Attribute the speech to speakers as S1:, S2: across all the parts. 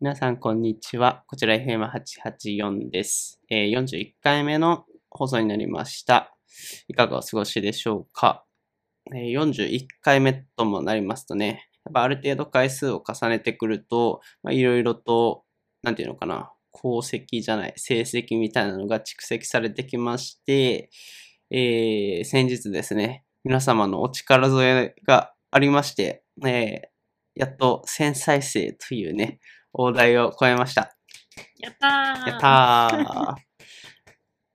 S1: 皆さん、こんにちは。こちら FM884 です、えー41回目の放送になりました。いかがお過ごしでしょうか、えー ?41 回目ともなりますとね、やっぱある程度回数を重ねてくると、まあいろいろと、なんていうのかな、功績じゃない、成績みたいなのが蓄積されてきまして、えー先日ですね、皆様のお力添えがありまして、えーやっと1000再生というね、大台を超えました。
S2: やったー
S1: やったー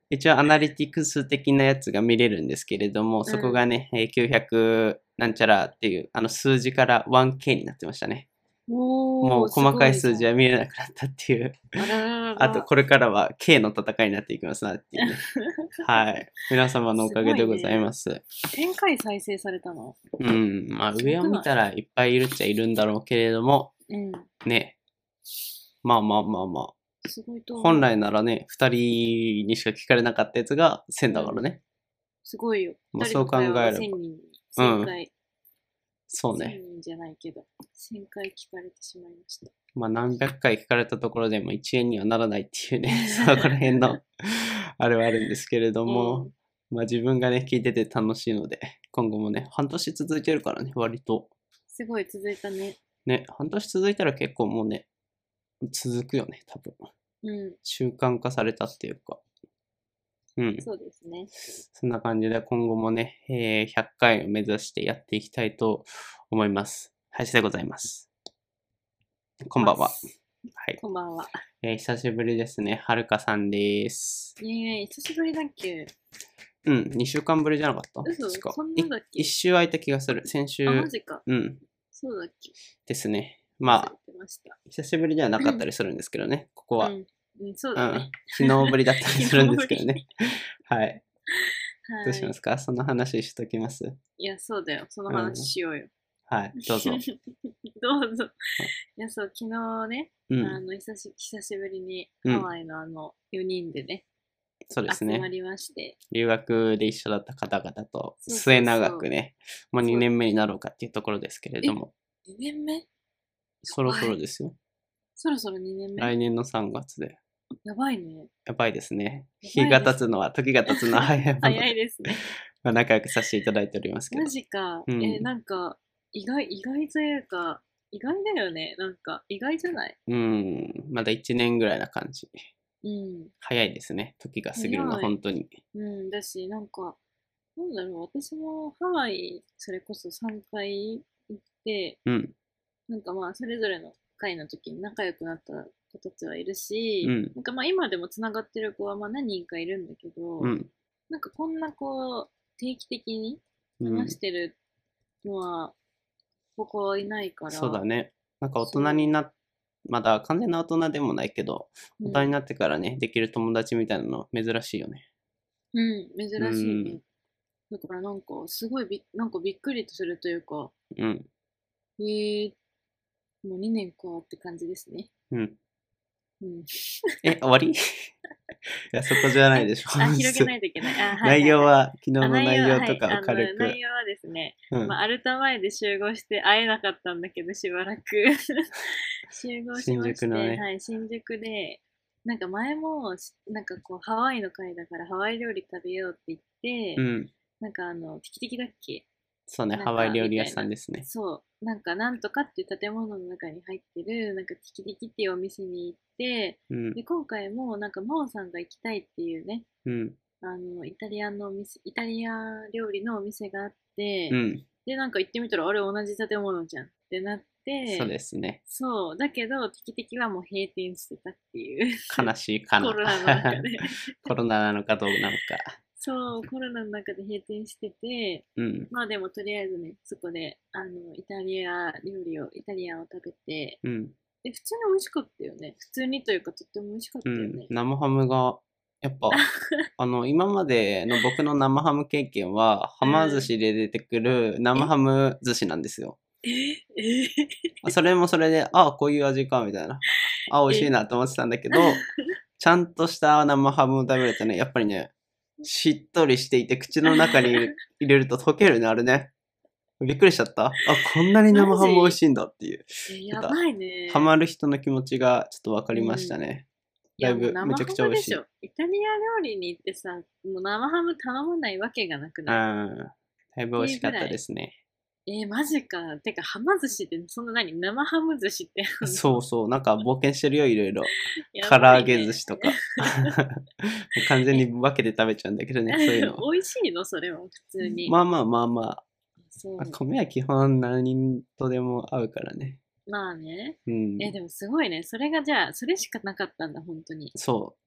S1: 一応アナリティクス的なやつが見れるんですけれども、そこがね、えー900なんちゃらっていう、あの数字から 1K になってましたね。
S2: おー
S1: もう細かい数字
S2: あ
S1: は見れなくなったっていう。
S2: ららら
S1: あと、これからは K の戦いになっていきますなっていうね、はい。皆様のおかげでございます。
S2: 1000回再生されたの
S1: うん。まあ、
S2: すごくない
S1: 上を見たらいっぱいいるっちゃいるんだろうけれども、
S2: うん。
S1: ね。まあまあまあまあ。
S2: すごいと思う
S1: 本来ならね、2人にしか聞かれなかったやつが1000だからね。
S2: すごいよ。
S1: まあそう考えれば
S2: 1000人、
S1: うん
S2: 1000回、
S1: そう
S2: 1000
S1: ね。
S2: 人じゃないけど、1000回聞かれてしまいました。
S1: まあ何百回聞かれたところでも1円にはならないっていうね、そこら辺のあれはあるんですけれども、まあ自分がね、聞いてて楽しいので、今後もね、半年続いてるからね、割と。
S2: すごい続いたね。
S1: ね、半年続いたら結構もうね、続くよね、多分。
S2: うん。
S1: 習慣化されたっていうか。うん。
S2: そうですね。
S1: そんな感じで今後もね、えー100回を目指してやっていきたいと思います。林でございます。こんばんは。はい。
S2: こんばんは。
S1: えー久しぶりですね。はるかさんです。
S2: いえいえ、久しぶりだっけ
S1: うん、2週間ぶりじゃなかった
S2: 嘘
S1: 確か
S2: そんなだっけ
S1: 1週空いた気がする。先週
S2: あ、、マジか。
S1: うん、
S2: そうだっけ
S1: ですね。まあ、
S2: 忘れてました。
S1: 久しぶりではなかったりするんですけどね、ここは。
S2: う
S1: うん、
S2: ん。うん、そうだね。
S1: 昨日ぶりだったりするんですけど ね。はい。
S2: はい。
S1: どうしますかその話しときます。
S2: いや、そうだよ。その
S1: うん
S2: 話しようよ。。
S1: はい、どうぞ
S2: どうぞ。いや、そう、昨日ね、
S1: う
S2: あ
S1: ん、
S2: の久し久しぶりに
S1: う
S2: ハ
S1: ん
S2: ワイのあの4人でね、
S1: そうです
S2: 集
S1: ね
S2: ま。りまして、
S1: 留学で一緒だった方々と
S2: そうそうそう
S1: 末永くね、もう
S2: そ
S1: 2
S2: う
S1: 年目になろうかっていうところですけれども、
S2: 2年目
S1: そろそろ
S2: はい
S1: ですよ。
S2: そろそろ2年目、
S1: 来年の3月で。
S2: やばいね。
S1: やばいですね。
S2: やばいです
S1: 日が経つのは、時が経つのは早いもの
S2: 早い
S1: で、
S2: ですね。
S1: まあ、仲良くさせていただいておりますけど
S2: マ。ジか。
S1: うん
S2: えーなんか意外、意外というか、意外だよね。なんか、意外じゃない
S1: うん、まだ1年ぐらいな感じ。
S2: うん。
S1: 早いですね。時が過ぎるのは
S2: 早い
S1: 本当に。
S2: うん、だし、なんか、なんだろう、私もハワイ、それこそ3回行って、
S1: うん、
S2: なんかまあ、それぞれの会の時に仲良くなった子たちはいるし、
S1: うん
S2: なんかまあ、今でもつながってる子はまあ何人かいるんだけど、
S1: うん、
S2: なんかこんなこう、定期的に
S1: うん
S2: 話し。てるのは、ここはいないから、
S1: そうだ
S2: ね。
S1: ね。なんか大人になっまだ完全な大人でもないけど、大人になってからね、できる友達みたいなの珍しいよね。
S2: うん、珍しいね。
S1: う
S2: だからなんか、すごいび、なんかびっくりとするというか、
S1: うん。
S2: えー、もう2年かって感じですね。
S1: うん。
S2: うん。
S1: え、終わ りいや、そこじゃないでしょ。
S2: あ、広げないといけない。あ、はい、
S1: 内容
S2: は
S1: は、昨日
S2: い、
S1: の
S2: あ
S1: 内容と
S2: はい
S1: かを
S2: あ
S1: 軽
S2: の
S1: く。
S2: 内容はですね、
S1: うん
S2: まあ、アルタ前で集合して会えなかったんだけど、しば らく集合しまして、
S1: 新宿のね
S2: はい、新宿で、なんか前も、しなんかこう、ハワイの会だからハワイ料理食べようって言っ
S1: う
S2: て、
S1: ん。
S2: なんかあの、ティキティキだっけ
S1: そうね、
S2: なん
S1: ハ
S2: か
S1: ワイ料理屋さんですね。
S2: そう、なんかなんとかっていう建物の中に入ってる、なんかティキティキっていうお店に行って、
S1: うん
S2: で、。今回もなんかマオさんが行きたいっていうね、
S1: うん。
S2: あの、イタリアのお店、イタリア料理のお店があって、
S1: うん。
S2: で、なんか行ってみたら、あれ同じ建物じゃんってなって、
S1: そうですね。
S2: そう、だけど、テキテキはもう閉店してたっていう、
S1: 悲しいかな。
S2: コロナの中で。
S1: コロナなのかどうなのか。
S2: そう、コロナの中で閉店してて、
S1: うん。
S2: まあでもとりあえずね、そこで、あの、イタリア料理を、イタリアンを食べて、
S1: うん。
S2: で、普通に美味しかったよね。普通にというか、とっても美味しかった
S1: う
S2: よ
S1: ん
S2: ね。。
S1: 生ハムが、やっぱ、あの、今までの僕の生ハム経験は、はま寿司で出てくる生ハム寿司なんですよ。
S2: え
S1: それもそれで、ああ、こういう味か、みたいな。ああ、美味しいなと思ってたんだ けど、ちゃんとした生ハムを食べるとね、やっ ぱりね、しっとりしていて、口の中に入れ入れると溶けるね、あれね。びっくりしちゃったあ、こんなに生ハム美味しいんだっていう。
S2: え
S1: ちょ
S2: や
S1: っと
S2: ばいね。
S1: ハマる人の気持ちがちょっとわかりましたね。
S2: いや
S1: だいぶ
S2: もう
S1: めちゃくちゃ美味しい
S2: 生ハムでょイタリア料理に行ってさ、もう生ハム頼まないわけがなく
S1: う
S2: ない
S1: ん。だいぶ美味しかったですね。
S2: えー、マジか。てか、はま寿司って、そんな何生ハム寿司って。
S1: そうそう、なんか冒険してるよ、いろいろ。
S2: や
S1: 唐
S2: ば
S1: 揚
S2: いね
S1: げ寿司 とか。完全に分けて食べちゃうんだけどね、そういうの。
S2: 美味しいのそれは普通に。
S1: まあまあまあまあ。
S2: そう
S1: あ米は基本何とでも合うからね。
S2: まあね。
S1: うん。
S2: え、でもすごいね。それがじゃあ、それしかなかったんだ、本当に。
S1: そう。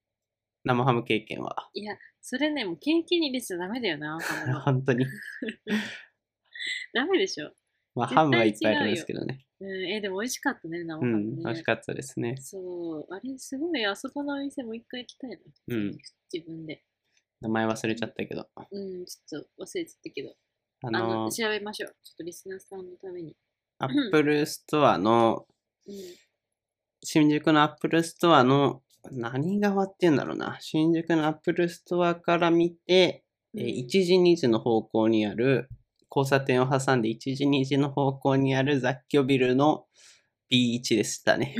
S1: 生ハム経験は。
S2: いや、それね、もうケーキに入れちゃダメだ よな、生ハムは
S1: 本 当に。
S2: ダメでしょ。
S1: まあ、
S2: 絶対
S1: ハムはいっぱいあるんですけどね。
S2: うん、えーでも美味しかったね、生ハ
S1: う
S2: ム
S1: ん。
S2: ね。
S1: 美味しかったですね。
S2: そう、あれすごい、あそこのお店もう一回行きたいな。
S1: うん
S2: 自分で。
S1: 名前忘れちゃったけど。
S2: うん、ちょっと忘れちゃったけど。
S1: あ
S2: あの
S1: の、
S2: 調べましょう。ちょっとリスナーさんのために。
S1: アップルストアの、
S2: うん。
S1: 新宿のアップルストアの、何側って言うんだろうな。新宿のアップルストアから見て、えー
S2: うん
S1: 1時2時の方向にある交差点を挟んで1時2時の方向にある雑居ビルの B1 でした ね。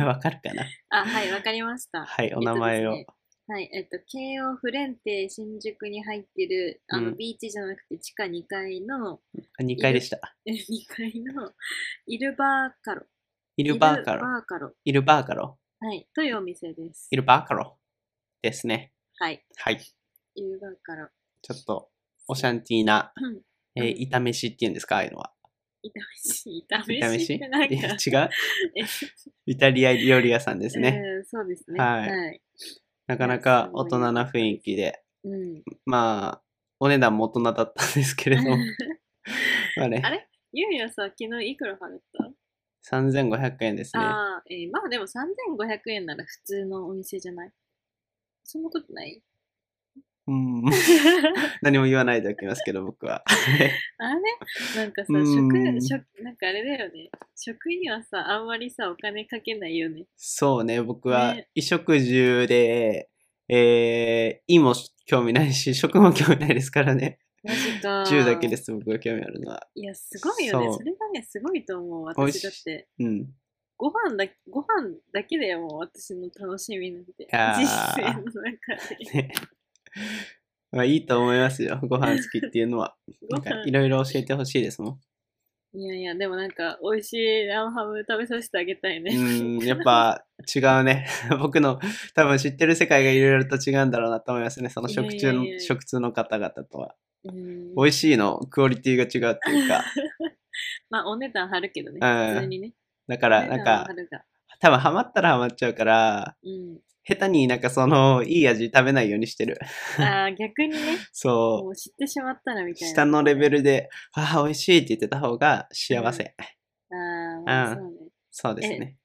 S1: わかるかな
S2: あ、はい、わかりました。
S1: はい、お名前を。
S2: えっとはい、えっと、京王フレンテ新宿に入ってる、あ
S1: う
S2: の、
S1: ん
S2: ビーチじゃなくて地下2階の、
S1: あ2階でした。
S2: え2階の、イルバーカロ。
S1: イ
S2: イ
S1: ルバーカロ。
S2: バーカロ。
S1: イルバーカロ。
S2: はい、というお店です
S1: イ。ルバーカロ。ですね。
S2: はい、
S1: はい。
S2: イルバーカロ。
S1: ちょっと、オシャンティーな、
S2: うん
S1: えー炒めしっていうんですかああ いうのは。
S2: 炒めし、
S1: 炒
S2: 炒め
S1: めし
S2: しってなん
S1: いや
S2: か、
S1: 違う
S2: え
S1: イタリア料理屋さんですね。
S2: うんそうですね。
S1: はい
S2: はい。
S1: なかなか大人な雰囲気で。
S2: うん。
S1: まあ、お値段も大人だったんですけれ ども。まあね
S2: あ。れゆうやさ、昨日いくら払った、
S1: 3500円ですね。
S2: ああ、えーまあでも3500円なら普通のお店じゃないそんなことない
S1: うん、
S2: あれ
S1: 何も言わないでおきますけど、僕 は。
S2: なんかさ、
S1: うん
S2: 食、食、なんかあれだよね。食にはさ、あんまりさ、お金かけないよね。
S1: そうね、僕は
S2: ね
S1: 衣食住で、えー、衣も興味ないし、食も興味ないですからね。。
S2: マジか
S1: 住だけです、僕が興味あるのは。
S2: いや、すごいよね。
S1: そう
S2: それがね、すごいと思う。
S1: 美味
S2: 私
S1: しい
S2: だって、
S1: うん。 い
S2: ご飯だ、ご飯だけだよ、もう私の楽しみなんて。人
S1: やー
S2: 生の中で。
S1: ねまあ、いいと思いますよ、ご飯好きっていうのは。
S2: ご
S1: なんか、い
S2: 飯。
S1: ろいろ教えてほしいですもん。
S2: いやいや、でもなんか、美味しい生ハム食べさせてあげたいね。
S1: うん、やっぱ違うね。 僕の多分知ってる世界がいろいろと違うんだろうなと思いますね。その食
S2: い
S1: 中
S2: やい
S1: の
S2: やいやいや
S1: 食通の方々とは。
S2: うん
S1: 美味しいのクオリティが違うっていう か。
S2: まあ、お値段張るけどね、
S1: うん
S2: 普通にね。
S1: だか
S2: お
S1: らな
S2: 値
S1: ん
S2: 段は
S1: か
S2: 張るが。
S1: 多分ハマったらハマっちゃうから、
S2: うん。
S1: 下手になんかそのいい味食べないように してる。
S2: ああ、逆にね、も
S1: そう
S2: 知ってしまったらみ
S1: う。
S2: たいな。
S1: 下のレベルで、ああ、美味しいって言ってた方が幸せ。
S2: ああ、ま
S1: う
S2: あ
S1: ん
S2: そうね。
S1: そうですね。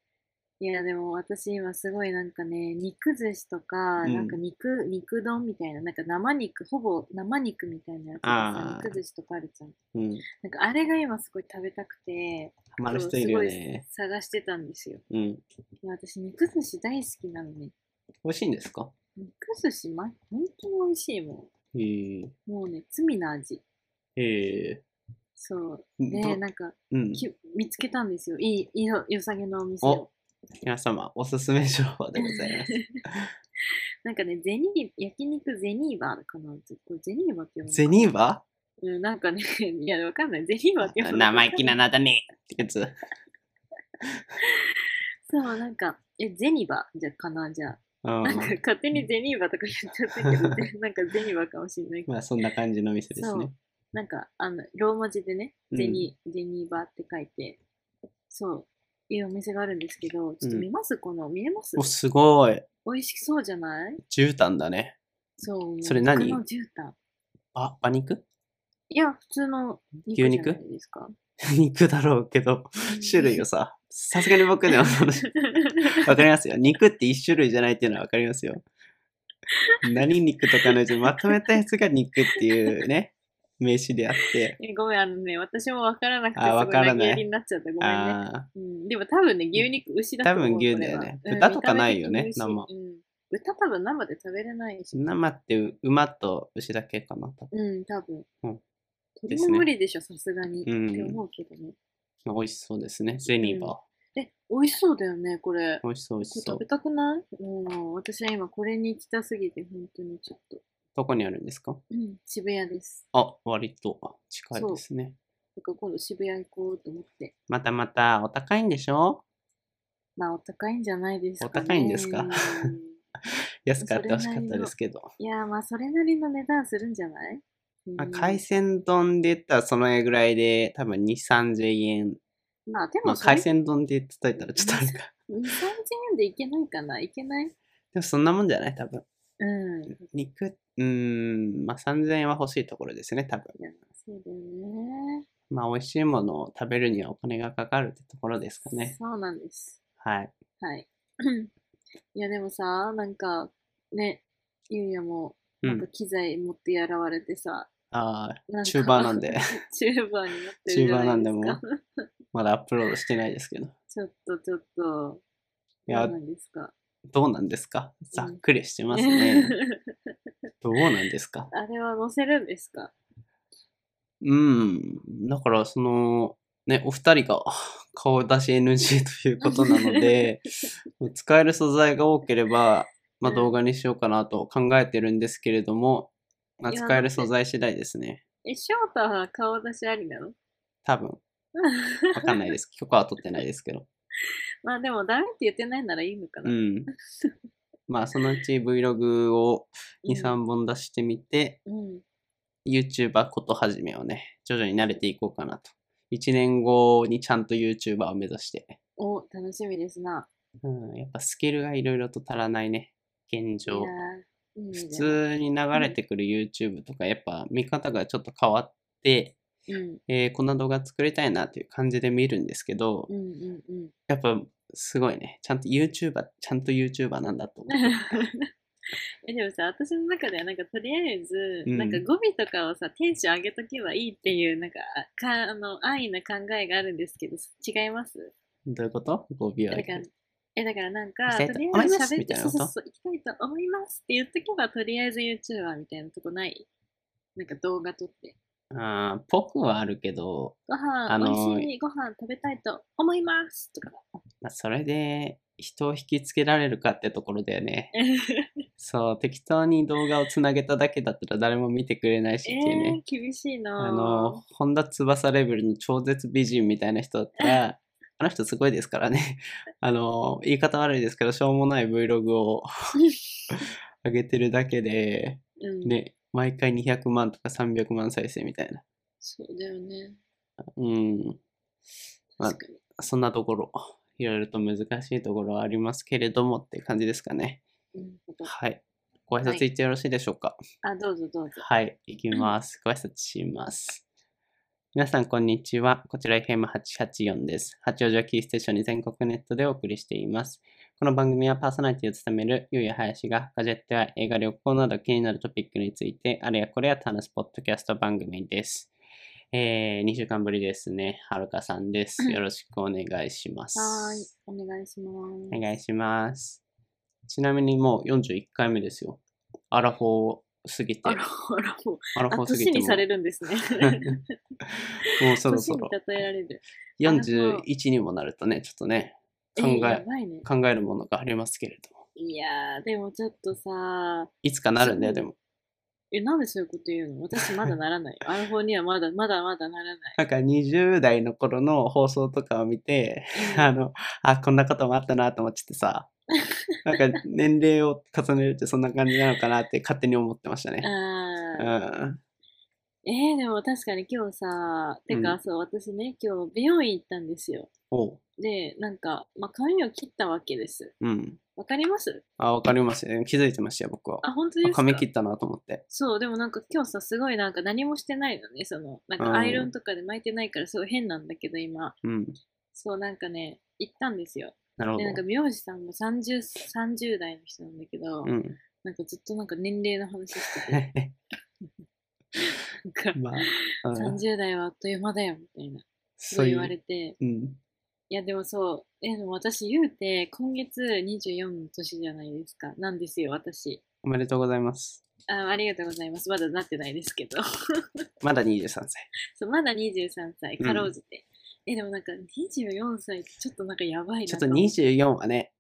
S2: いや、でも私今すごいなんかね、肉寿司とか、
S1: うん
S2: なんか肉、肉丼みたいな、なんか生肉、ほぼ生肉みたいなやつが
S1: あ
S2: さ、
S1: ー
S2: 肉寿司とかあるじゃん。
S1: うん。
S2: なんかあれが今すごい食べたくて、
S1: ハマる
S2: そう
S1: 人いるよね。
S2: すごい探してたんですよ。
S1: うん。
S2: いや私、肉寿司大好きなのね。
S1: 美味しいんですか
S2: 肉寿司、ま、本当に美味しいも
S1: へえ。
S2: ん。もうね、罪な味。
S1: へえ。
S2: そう。
S1: ど
S2: で、なんか、
S1: うん。
S2: き見つけたんですよ。いい、いいよ、良さげなお店を。
S1: 皆様、おすすめ情報でございます。
S2: なんかね、ゼニー、焼肉ゼニーバーかなこれゼニーバー って呼ぶのかな
S1: ゼニーバ
S2: うん、なんかね、 いや、わかんない。ゼニーバーって呼ぶのかな
S1: 生意気な名だねってやつ。
S2: そう、なんか、え、ゼニバーじゃかなじゃあ。
S1: うん
S2: なんか、勝手にゼニーバーとか言っちゃったけど、ぜ なんかゼニバーかもしれないけど。
S1: まあ、そんな感じの店です
S2: そ
S1: ね
S2: う。。なんか、あの、ローマ字でね、
S1: うん
S2: ゼニ、ゼニーバーって書いて、そう、いうお店があるんですけど、ちょっと見ます、この、見えます
S1: お、すごい。
S2: 美味しそうじゃない
S1: 絨毯だね。
S2: そう。
S1: それ何
S2: 肉の絨毯。
S1: あ、馬肉
S2: いや、普通の
S1: 牛
S2: 肉じゃ
S1: 肉
S2: ないですか。
S1: 肉だろうけど、 種 類をさ、さすがに僕ではその、 わかりますよ。肉って一種類じゃないっていうのはわかりますよ。何肉とかのうちまとめたやつが肉っていうね、名詞であって。
S2: えごめん、あのね、私もわからなくて、
S1: あ
S2: すご
S1: わ
S2: い
S1: からない
S2: 投げやりになっちゃった。ごめんね。
S1: ああ、
S2: うん、でも多分ね、牛肉、牛だと思う。
S1: 多分牛だよね豚とかないよね
S2: 生、見
S1: 生
S2: た目的に牛うん。豚多分生で食べれないし。
S1: 生って馬と牛だけかな。多分
S2: うん、多分。
S1: うんで
S2: 鳥
S1: す
S2: も
S1: ね
S2: 無理でしょ、さすがに。
S1: うん
S2: って思うけどね。
S1: 美味しそうですね。ゼニーバ
S2: え、美味しそうだよね、これ。
S1: ー。美味しそう、美味
S2: これ
S1: しそ
S2: 食べ
S1: う。
S2: たくないうん、私は今これに行きたすぎて、本当にちょっと。
S1: どこにあるんですか
S2: うん、渋谷です。
S1: あ、割と近いですね。
S2: だから今度渋谷行こうと思って。
S1: またまた、お高いんでしょ
S2: まあ、お高いんじゃないですか、ね。
S1: お高いんですか
S2: うん
S1: 安かったらしかったですけど。
S2: いやー、まあ、それなりの値段するんじゃない、
S1: まあ、
S2: うん
S1: 海鮮丼で言ったらその辺ぐらいで、多分2、3000円。
S2: まあ、で
S1: ま
S2: も
S1: あ、
S2: それ、
S1: 海鮮丼で伝えたらちょっとあれか。
S2: 2、3000円でいけないかないけない
S1: でもそんなもんじゃない多分。
S2: うん。い
S1: 肉、うーん、まあ3000円は欲しいところですね、多分。
S2: やそうだよね。
S1: まあ美味しいものを食べるにはお金がかかるってところですかね。
S2: そうなんです。
S1: はい。
S2: はい。 いや、でもさ、なんか、ね、ゆうやも、
S1: う
S2: なんか
S1: ん。
S2: 機材持ってやられてさ、
S1: ああ、
S2: なんか
S1: チューバー なんで。
S2: チューバーになってるじゃないですか。
S1: チューバーなんまだアップロードしてないですけど。い
S2: ちょっと、ちょっと、ど
S1: や
S2: う、なんですか。
S1: どうなんですかざっくりしてますね。どうなんですか
S2: あれは載せるんですか
S1: うん。だから、その、ね、お二人が顔出し NG ということなの で、使える素材が多ければ、まあ、
S2: うん
S1: 動画にしようかなと考えてるんですけれども、まあ、
S2: いや
S1: 使える素材次第ですね。
S2: え、翔太は顔出しありなの
S1: 多分、わかんないです。 許可は取ってないですけど。
S2: まあでも、ダメって言ってないならいいのか
S1: う
S2: な。
S1: ん。まあ、そのうち Vlog を
S2: うん
S1: 2、3本出してみて、
S2: うん。
S1: YouTuber こと始めをね、徐々に慣れていこうかなと。1年後にちゃんと YouTuber を目指して。
S2: お、楽しみですな。
S1: うん、やっぱスキルがいろいろと足らないね、現
S2: いや
S1: 状。
S2: ーいいね
S1: 普
S2: でも
S1: 通に流れてくる YouTube とか、やっぱ見方がちょっと変わって、
S2: うん
S1: えーこんな動画作りたいなっていう感じで見るんですけど
S2: う、んうんうん。
S1: やっぱすごいね、ちゃんと YouTuber、ちゃんと YouTuber なんだと思って。
S2: えでもさ、私の中ではなんかとりあえず、
S1: うん
S2: なんか語尾とかをさ、テンション上げとけばいいっていう、なんか、かあの安易な考えがあるんですけど、違います
S1: どういうこと語尾を
S2: だ
S1: 上
S2: か
S1: げ
S2: ら
S1: る。、
S2: え、だからなんか、
S1: 行きたいと
S2: とりあえず
S1: 思います
S2: 喋
S1: み
S2: ったて、
S1: いなこと
S2: そうそうそう、行きたいと思いますって言っとけば、とりあえず YouTuber みたいなとこないなんか動画撮って。
S1: あーぽくはあるけど、
S2: ご飯、
S1: あのー
S2: 美味しいご飯食べたいと思います とか。
S1: まあ、それで人を引きつけられるかってところだよね。そう、適当に動画をつなげただけだったら誰も見てくれないし
S2: え
S1: っていうね。
S2: ー、厳しいな
S1: あ
S2: ぁ
S1: の、本田翼レベルの超絶美人みたいな人だったら、 あの人すごいですからね。 あの、言い方悪いですけど、しょうもない Vlog を上げてるだけで、
S2: うん、
S1: ね、毎回200万とか300万再生みたいな。
S2: そうだよね。
S1: うん。まあ
S2: 確かに。
S1: そんなところ、いろいろと難しいところはありますけれどもって感じですかね。
S2: うん、
S1: はい。ご挨
S2: はい
S1: 拶いってよろしいでしょうか。
S2: あ、どうぞどうぞ。
S1: はい、行きます。ご挨拶します。皆さん、こんにちは。こちら FM884 です。八王子をキーステーションに全国ネットでお送りしています。この番組はパーソナリティを務めるゆうやはやしがガジェットや映画、旅行など気になるトピックについてあれやこれやと話すポッドキャスト番組です。えー、2週間ぶりですね。はるかさんです。よろしくお願いします。
S2: はーい、お願いします。
S1: お願いします。ちなみにもう41回目ですよ。アラフォー過ぎて。
S2: あら、あら、もう、
S1: アラ
S2: あ、
S1: フォー過ぎ
S2: 年
S1: て
S2: に
S1: も
S2: されるんですね。
S1: もう そろそ
S2: 年
S1: ろ
S2: に例えられる。アラフォー
S1: 41にもなるとね、ちょっとね、考
S2: えや
S1: え、
S2: ばいね。
S1: 考えるものがありますけれども。
S2: いやー、でもちょっとさ、
S1: いつかなるんだよ、
S2: そ
S1: で
S2: う
S1: も。
S2: え、なんでそういうこと言うの私まだならない よ。アラフォーにはまだまだまだならない。
S1: なんか20代の頃の放送とかを見て、あの、あ、こんなこともあったなと思っててさ、 なんか年齢を重ねるってそんな感じなのかなって勝手に思ってましたね。う
S2: あー
S1: ん。
S2: えー、でも確かに今日さ、てか、
S1: うん
S2: そう、私ね、今日美容院行ったんですよ。
S1: おう。
S2: で、なんか、まあ、髪を切ったわけです。
S1: うん。
S2: わかります
S1: あ、わかりますよ。気づいてましたよ、僕は。
S2: あ、本当
S1: あ
S2: ですか
S1: 髪切ったなと思って。
S2: そう、でもなんか今日さ、すごいなんか何もしてないのね、その、なん
S1: うん
S2: かアイロンとかで巻いてないからすごい変なんだけど、今。
S1: うん。
S2: そう、なんかね、行ったんですよ。
S1: なるほ
S2: で、
S1: ど
S2: なん。か美容師さんも 30, 30代の人なんだけど、
S1: うん。
S2: なんかずっとなんか年齢の話してて、なんか
S1: まあ、 うん、
S2: 30代はあっという間だよ、みたいな。そ
S1: そううい
S2: 言われ
S1: う。
S2: て、
S1: うん。
S2: いや、でもそう、え、でも私言うて、今月24の年じゃないですか。なんですよ、私。
S1: おめでとうございます。
S2: あありがとうございます。まだなってないですけど。
S1: まだ23歳。
S2: そうまだ23歳、
S1: うん
S2: かろうじて。え、でもなんか24歳ってちょっとなんかやばいな
S1: ちょっと
S2: 思う
S1: 24はね、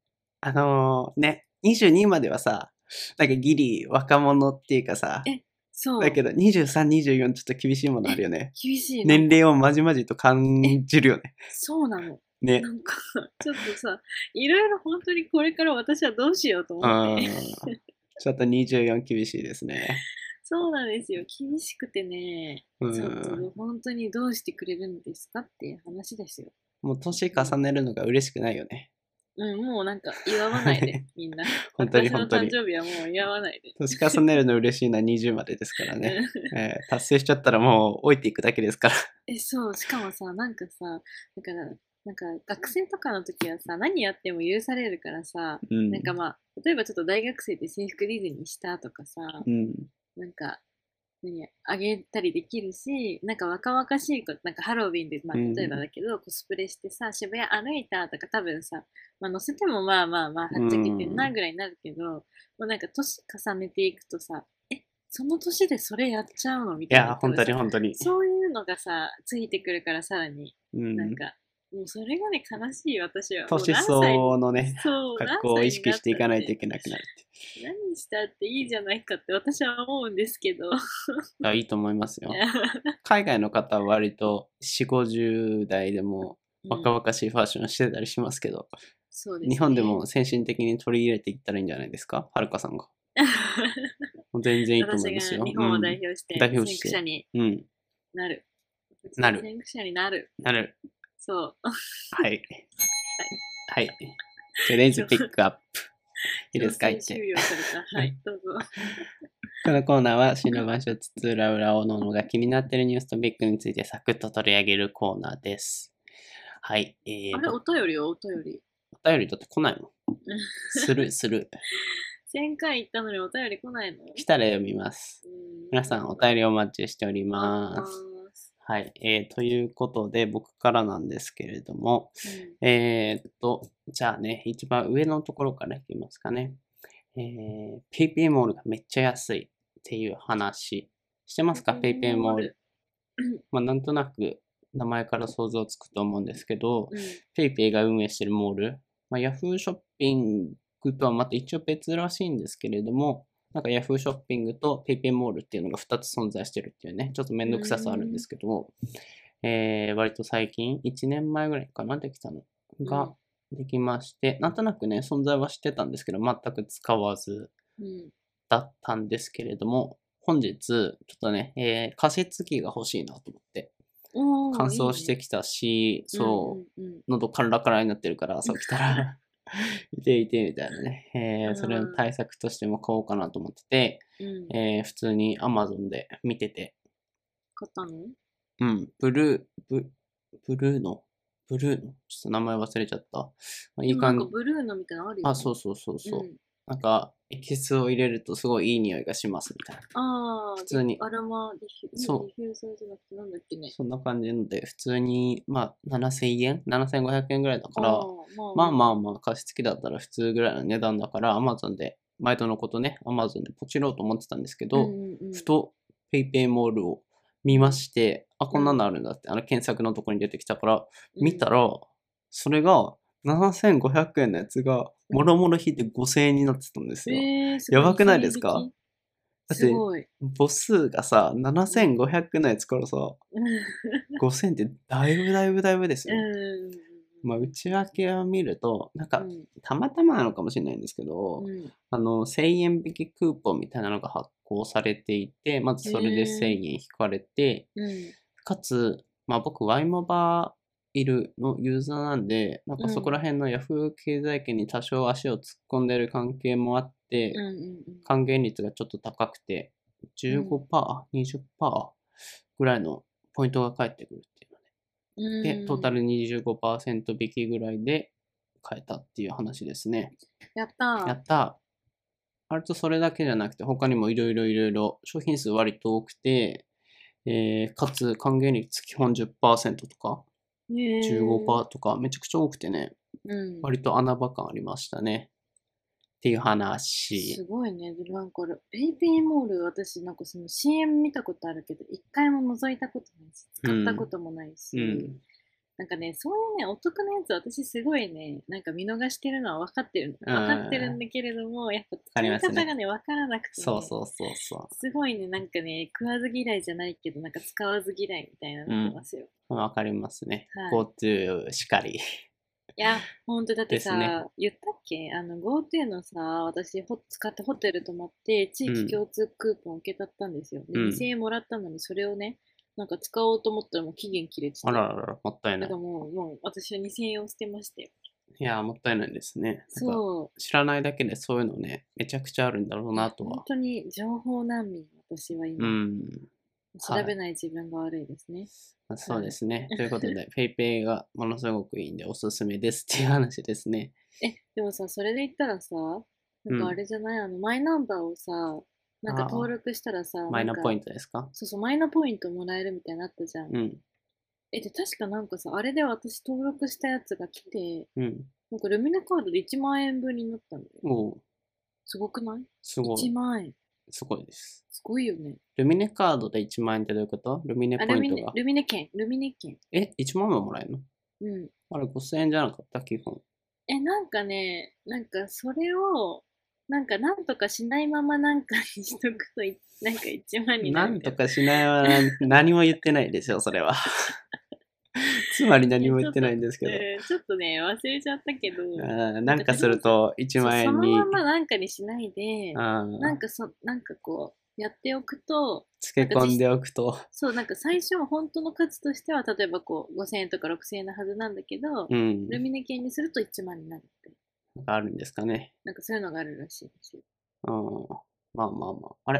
S1: あのーね、22まではさ、なんかギリ若者っていうかさ、
S2: えそう。
S1: だけど23、24ちょっと厳しいものあるよね。
S2: 厳しいな。
S1: 年齢をまじまじと感じるよね。
S2: そうなの。
S1: ね。
S2: なんか、 ちょっとさ、いろいろ本当にこれから私はどうしようと
S1: う
S2: 思っ
S1: ん
S2: て。。
S1: ちょっと24厳しいですね。
S2: そうなんですよ。厳しくてね、
S1: う
S2: ちょっ
S1: ん。
S2: と本当にどうしてくれるんですかっていう話ですよ。
S1: もう年重ねるのが嬉しくないよね。
S2: うん、もうなんか祝わないで、みんな。
S1: 本当に
S2: 私の
S1: 本当に
S2: 誕。生日はもう祝わないで。
S1: 年重ねるの嬉しいのは20までですからね。えー達成しちゃったらもう置いていくだけですから。
S2: え、そう、しかもさ、なんかさ、だから、なんか学生とかの時はさ、何やっても許されるからさ、
S1: うん。
S2: なんかまあ、例えばちょっと大学生で制服ディズニーしたとかさ、
S1: うん。
S2: なんか、何あげたりできるし、なんか若々しい子、なんかハロウィンで、まあ、
S1: うん
S2: 例えばだけど、コスプレしてさ、渋谷歩いたとか、多分さ、まあ、乗せてもまあまあまあ、はっちゃけてん
S1: う
S2: なんぐらいになるけど、もうなんか年重ねていくとさ、え、その年でそれやっちゃうのみ
S1: い
S2: たいな。
S1: や、本当に本当に。
S2: そういうのがさ、ついてくるからさらに、
S1: うん。
S2: なんか、もうそれがね、悲しい私は。もう
S1: 年
S2: 何
S1: 相
S2: 歳
S1: 応のね、
S2: そう
S1: 格好を意識していかないとい
S2: け
S1: けなくなるって。
S2: ない。何したっていいじゃないかって私は思うんですけど。
S1: あいいと思いますよ。海外の方は割と4、50代でも若
S2: うん
S1: 々しいファッションしてたりしますけど、
S2: そうですね
S1: 日本で も先進的に取り入れていったらいいんじゃないですかはるかさんが。もう全然いいと思います
S2: 私
S1: よ
S2: が。日本
S1: う
S2: を
S1: ん
S2: 代表して、
S1: 代表して
S2: 先駆者に
S1: うん。
S2: なる。
S1: なる
S2: 先駆者になる。
S1: なる。
S2: そう。
S1: はい。はい。トレイズピックアップ。いいですか
S2: 強
S1: 言って。
S2: 制終了された。はい、どうぞ。
S1: このコーナーは、死の場所、つつらうらおのおのが気になってるニューストピックについてサクッと取り上げるコーナーです。はい。えー、
S2: あれ、お便りよ、お便り。
S1: お便りだって来ないのする、する。
S2: 1000回行ったのにお便り来ないの
S1: 来たら読みます。皆さんお便りお待ちしており
S2: り
S1: ます。はい。えー、ということで、僕からなんですけれども、えー、っと、じゃあね、一番上のところからいきますかね。えー、PayPay モールがめっちゃ安いっていう話。してますか ?PayPay モール。。まあ、なんとなく名前から想像つくと思うんですけど、
S2: うんうん
S1: PayPay が運営してるモール、まあ、Yahoo ショッピングとはまた一応別らしいんですけれども、なんか Yahoo ショッピングと PayPay モールっていうのが2つ存在してるっていうね、ちょっとめんどくささあるんですけど、えー、割と最近、1年前ぐらいかな、できたのができまして、なんとなくね、存在は知ってたんですけど、全く使わず
S2: うん
S1: だったんですけれども、本日、ちょっとね、えー、加設機が欲しいなと思って、
S2: おー
S1: 乾燥し
S2: い
S1: て
S2: いね
S1: きたし、そう、
S2: うんうんうん
S1: 喉カラカラになってるから朝起きたら いていてみたいなね、えーそれの対策としても買おうかなと思ってて、
S2: うん
S1: えー普通に Amazon で見てて
S2: 買ったの
S1: うんブルーブブルーのブルーのちょっと名前忘れちゃった、まあ、いい感じ
S2: でもなんかブルーのみたいなのあるよ、ね。
S1: あそううそうそうそう、
S2: ん
S1: なんかエキスを入れるとすごいいい匂いがしますみたいな
S2: ああ、
S1: 普通に
S2: アロマディフュ
S1: そう
S2: ディフューザーじゃなくてなんだっけね。
S1: そんな感じなので普通にまあ7000円7500円ぐらいだから
S2: ー
S1: まあまあまあ、加湿器だったら普通ぐらいの値段だから、Amazon で、毎度のことね、Amazon でポチろうと思ってたんですけど、
S2: うんうんうん
S1: ふと PayPay モールを見まして、あ、こんなのあるんだって、あの検索のとこに出てきたから、見た、ら、それが7500円のやつが、もろもろ引いて5000円になってたんです
S2: うん
S1: よ。
S2: えー、す
S1: やばくないですか
S2: 理
S1: だっ
S2: 想的す
S1: て、
S2: ごい。
S1: 母数がさ、7500のやつからさ、5000円ってだいぶだいぶだいぶですよ。
S2: うん。
S1: まあ、内訳を見ると、なんか
S2: う、ん
S1: たまたまなのかもしれないんですけど、
S2: うん
S1: あの、1000円引きクーポンみたいなのが発行されていて、まずそれで
S2: へー
S1: 1000円引かれて、
S2: うん
S1: かつ、まあ僕、ワイモバイルのユーザーなんで、なんか
S2: うん
S1: そこら辺の Yahoo 経済圏に多少足を突っ込んでる関係もあって、
S2: うんうんうん
S1: 還元率がちょっと高くて、15%、20%ぐらいのポイントが返ってくるっていう
S2: う
S1: の
S2: ん
S1: で、で、トータル25%引きぐらいで買えたっていう話ですね。
S2: やったー
S1: やったあれとそれだけじゃなくて、他にもいろいろいろいろ、商品数割と多くて、えーかつ還元率基本10%とか
S2: へー
S1: 15%とかめちゃくちゃ多くてね、
S2: うん
S1: 割と穴場感ありましたね。っていう話。
S2: すごいね。でなんか、ペイペイモール、私、なんかその CM 見たことあるけど、一回も覗いたことないし、使ったこともないし、
S1: うん。
S2: なんかね、そういうね、お得なやつ、私すごいね、なんか見逃してるのは分かってる
S1: うん
S2: の。分かってるんだけれども、やっぱ
S1: か
S2: 使
S1: り
S2: い
S1: ますね
S2: 方がね、分からなくて、ね、
S1: そうそうそうそ
S2: すごいね、なんかね、食わず嫌いじゃないけど、なんか使わず嫌いみたいなのってますよ。
S1: う。わかりますね
S2: は。い
S1: GoTo しかり。
S2: いや、ほんと、だって
S1: です
S2: さ、
S1: ね
S2: 言ったっけあの、GoTo のさ、私ほ、使ってホテル泊まって、地
S1: うん
S2: 域共通クーポン受け取ったんですよ。で、
S1: うん
S2: 2000円もらったのに、それをね、なんか使おうと思ったらもう期限切れて
S1: あ
S2: て
S1: ららら、もったいな
S2: だ
S1: い
S2: か。らもう、もう私は2000円を捨てましたよ。
S1: いやー、もったいないですね。なんか
S2: そう。
S1: 知らないだけでそういうのね、めちゃくちゃあるんだろうなと
S2: 本
S1: は。
S2: 当に情報難民、私は
S1: う
S2: 今、
S1: ん。
S2: 調
S1: はい
S2: べない自分が悪いですね。
S1: まあそうですね。 ということで、PayPay がものすごくいいんでおすすめですっていう話ですね。
S2: え、でもさ、それで言ったらさ、なん
S1: うん
S2: かあれじゃない、あの、マイナンバーをさ、なんか
S1: あー
S2: 登録したらさ、
S1: マイナ
S2: なんか
S1: ポイントですか
S2: そうそう、マイナポイントもらえるみたいなのあったじゃん。
S1: うん。
S2: え、で、確かなんかさ、あれで私登録したやつが来て、
S1: うん。
S2: なんかルミネカードで1万円分になったんだよ。
S1: おう
S2: すごくない
S1: すご
S2: ?1
S1: い。
S2: 万円。
S1: すごいです。
S2: すごいよね。
S1: ルミネカードで1万円ってどういうことルミネ
S2: あ、
S1: ポ
S2: ル
S1: イ
S2: ミ
S1: ント
S2: ネ、
S1: が。
S2: ルミネ券、ルミネ券。
S1: え、1万ももらえるの
S2: うん。
S1: あれ5000円じゃなかった基本。
S2: え、なんかね、なんかそれを、なんかなんとかしないままなんかにしとくとい、なんか1万にな
S1: な
S2: る
S1: ん
S2: みた
S1: と
S2: いな。
S1: かしないはな 何も言ってないですよ、それは。つまり何も言ってないんですけど。
S2: うんちょっとね、忘れちゃったけど、
S1: うんなんかすると1万
S2: そ
S1: 円
S2: の
S1: に
S2: ままなんかにしないで、
S1: うん
S2: なんかそ、なんかこう、やっておくと、
S1: 付け込んでおくと。
S2: そう、なんか最初は本当の価値としては、例えばこう、5000円とか6000円のはずなんだけど、
S1: うん。
S2: ルミネ券にすると1万になるって。
S1: なんかあるんですかね。
S2: なんかそういうのがあるらしいですよ。
S1: うん。まあまあまあ。あれ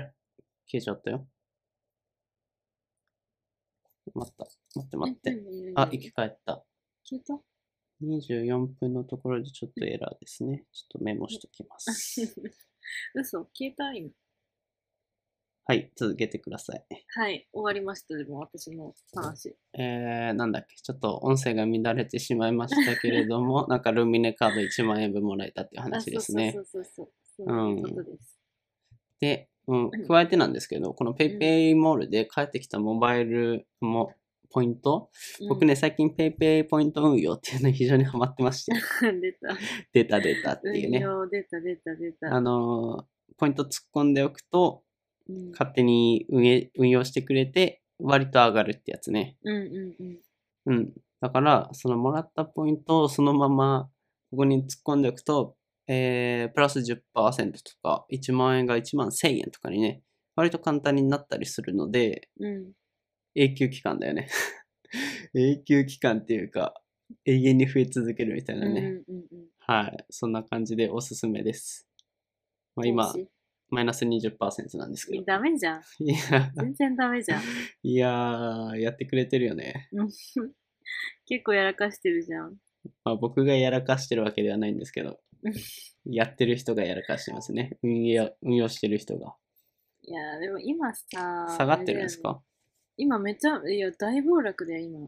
S1: 消えちゃったよ。待った。待って待っ
S2: え
S1: て。
S2: 何何
S1: あ、生
S2: 何
S1: き返った。
S2: 聞いた
S1: 24分のところでちょっとエラーですね。ちょっとメモしておきます。
S2: 嘘消えた今。
S1: はい、続けてください。
S2: はい、終わりました。でも私の話。
S1: えー、なんだっけ、ちょっと音声が乱れてしまいましたけれど も、なんかルミネカード1万円分もらえたっていう
S2: あ、
S1: 話
S2: そう
S1: ですね
S2: そ。うそうそうそう。そういうことです。
S1: で、うん
S2: うん、
S1: 加えてなんですけど、この PayPay モールで返ってきたモバイルもポイント、僕ね、最近 PayPay ポイント運用っていうのに非常にハマってま して、
S2: うん。出た。
S1: 出た出たっていう
S2: 運
S1: ね。
S2: 用出た出た出た。
S1: あのーポイント突っ込んでおくと、
S2: うん、
S1: 勝手に運営運用してくれて、割と上がるってやつね。
S2: うんうんうん。
S1: うん。だから、そのもらったポイントをそのまま、ここに突っ込んでおくと、えー、プラス10%とか、1万円が1万1000円とかにね、割と簡単になったりするので、
S2: うん。
S1: 永久期間だよね。 永久期間っていうか、永遠に増え続けるみたいな
S2: うん
S1: ね。
S2: うんうんうん。
S1: はい。そんな感じでおすすめです。まあ、今、マイナス20%なんですけど。
S2: ダメじゃん。
S1: いや、
S2: 全然ダメじゃん。
S1: いやー、やってくれてるよね。
S2: うん結構やらかしてるじゃん。
S1: まあ、僕がやらかしてるわけではないんですけ ど
S2: うん、
S1: やってる人がやらかしてますね。運用運用してる人が。
S2: いやー、でも今さ、
S1: 下がってるんです
S2: あれだよね
S1: か
S2: 今めちゃ、いや、大暴落だよ、今。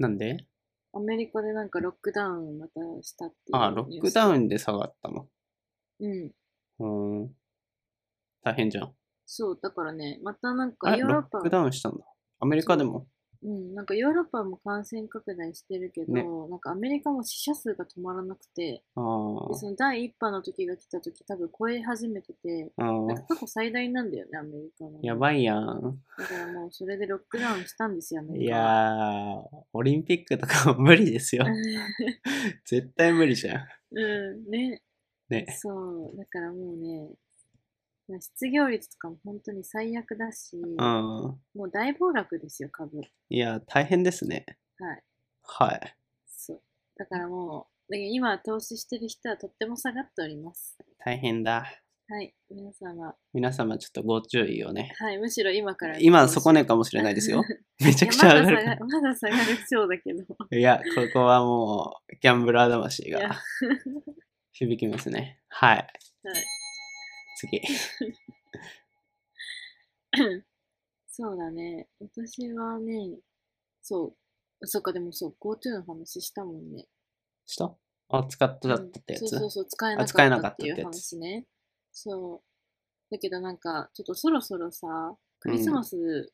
S1: なんで
S2: アメリカでなんかロックダウンまたしたっていう。
S1: ああ、ロックダ
S2: ウ
S1: ウンで下がったの。
S2: ン。うん。
S1: うーん。大変じゃん。
S2: そう、だからね、またなん
S1: あ
S2: か
S1: れ
S2: ヨー
S1: ロ
S2: ロッ
S1: ッ
S2: パ
S1: ク、ダウンしたんだ。アメリカでも。
S2: うん、なんかヨーロッパも感染拡大してるけど、
S1: ね
S2: なんかアメリカも死者数が止まらなくて、
S1: あ
S2: でその第一波の時が来た時多分超え始めてて、
S1: あ。ああ
S2: なんか。過去最大なんだよね、アメリカの。
S1: やばいやん。
S2: だからもうそれでロックダウンしたんですよ、ア
S1: い
S2: メリカ
S1: や
S2: は。
S1: ー、オリンピックとかも無理ですよ。絶対無理じゃん。
S2: うん、ね。
S1: ね。
S2: そう、だからもうね、失業率とかも本当に最悪だし、
S1: うん。
S2: もう大暴落ですよ、株。はい。
S1: いや、大変ですね。はい。
S2: そう。だからもう、だけど今投資してる人はとっても下がっております。
S1: 大変だ。
S2: はい。皆様、
S1: 皆様ちょっとご注意をね。
S2: はい。むしろ今から。
S1: 今、底値かもしれないですよ。 めちゃ
S2: い
S1: く
S2: や
S1: ちゃ上が
S2: まだ
S1: る
S2: 下
S1: か
S2: がる。まだ下がるそうだけど。
S1: ら。いや、ここはもう、ギャンブラー魂
S2: いや
S1: が響きますね。はい。次。
S2: そうだね。私はね、そう。そっか、でもそう、GoTo の話したもんね。
S1: したあ、使っとだったってや
S2: うんそう
S1: つ
S2: そうそう、使え
S1: あ使え
S2: な
S1: な
S2: か
S1: かっ
S2: っ
S1: たたってて
S2: っい
S1: やつ
S2: う話ね。そう。だけどなんか、ちょっとそろそろさ、クリスマス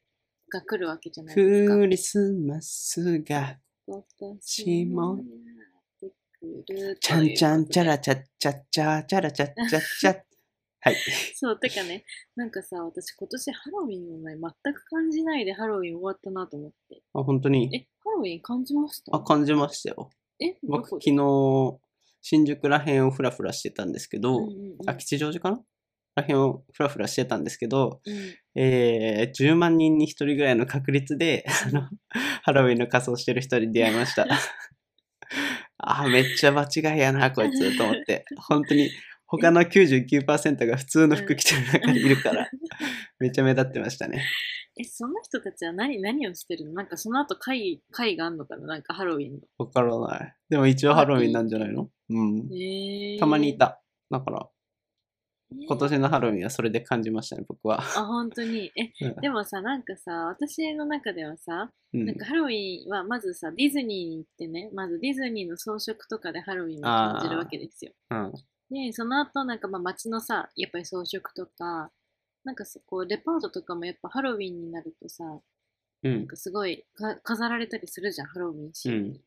S2: が来るわけじゃないですか。
S1: クリスマスが、
S2: 私もやってくる
S1: ちゃんちゃんちゃ
S2: ということで
S1: らちゃっちゃっちゃちゃらちゃっちゃっち ゃ。はい。
S2: そう、てかね、なんかさ、私今年ハロウィンの前全く感じないでハロウィン終わったなと思って。
S1: あ、本当に。
S2: え、ハロウィン感じました
S1: あ、感じましたよ。
S2: え、ど
S1: 僕、
S2: こ
S1: 昨
S2: で
S1: 日、新宿ら辺をふらふらしてたんですけど、
S2: うんうんうん
S1: あ、吉祥寺かなら辺をふらふらしてたんですけど、
S2: うん
S1: えー、10万人に1人ぐらいの確率で、あの、 ハロウィンの仮装してる人に出会いました。 あー、めっちゃ間違いやな、こいつ、と思って。本当に、他の99%が普通の服着てる中にいる から、めっちゃ目立ってましたね。
S2: え、その人たちは何、何をしてるのなんかその後会、会があんのかななんかハロウィンの。
S1: わからない。でも一応ハロウィンなんじゃないのうん。
S2: えー、
S1: たまにい。た。だから、今
S2: えー
S1: 年のハロウィンはそれで感じましたね、 僕は。
S2: あ、本当に。え、
S1: うん
S2: でもさ、なんかさ、私の中ではさ、
S1: うん
S2: なんかハロウィンはまずさ、ディズニーに行ってね、まずディズニーの装飾とかでハロウィンを感じるわけですよ。
S1: うん。
S2: で、その後、なんかまあ街のさ、やっぱり装飾とか、なんかそこ、デパートとかもやっぱハロウィンになるとさ、
S1: う
S2: なん
S1: ん。
S2: かすごいか飾られたりするじゃん、ハロウィンシーンに。
S1: うん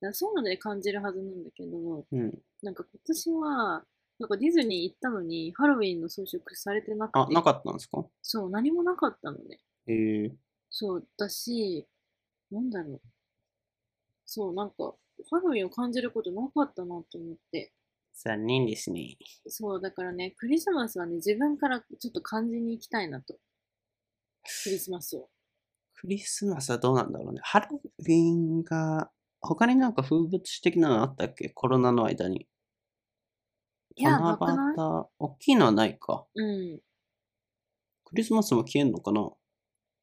S2: だからそういうので感じるはずなんだけど、
S1: うん。
S2: なんか今年は、なんかディズニー行ったのに、ハロウィンの装飾されてな
S1: あ
S2: く、て、
S1: なかったんですか
S2: そう、何もなかったのね。
S1: えー、
S2: そうだし、なんだろう。そう、なんか、ハロウィンを感じることなかったなと思って。
S1: 残念ですね。
S2: そう、だからね、クリスマスはね、自分からちょっと感じに行きたいなと。クリスマスを。
S1: クリスマスはどうなんだろうね。ハロウィンが、他になんか風物詩的なのあったっけコロナの間に。
S2: いや、なくない
S1: 夕、大きいのはないか。
S2: うん。
S1: クリスマスも消えんのかな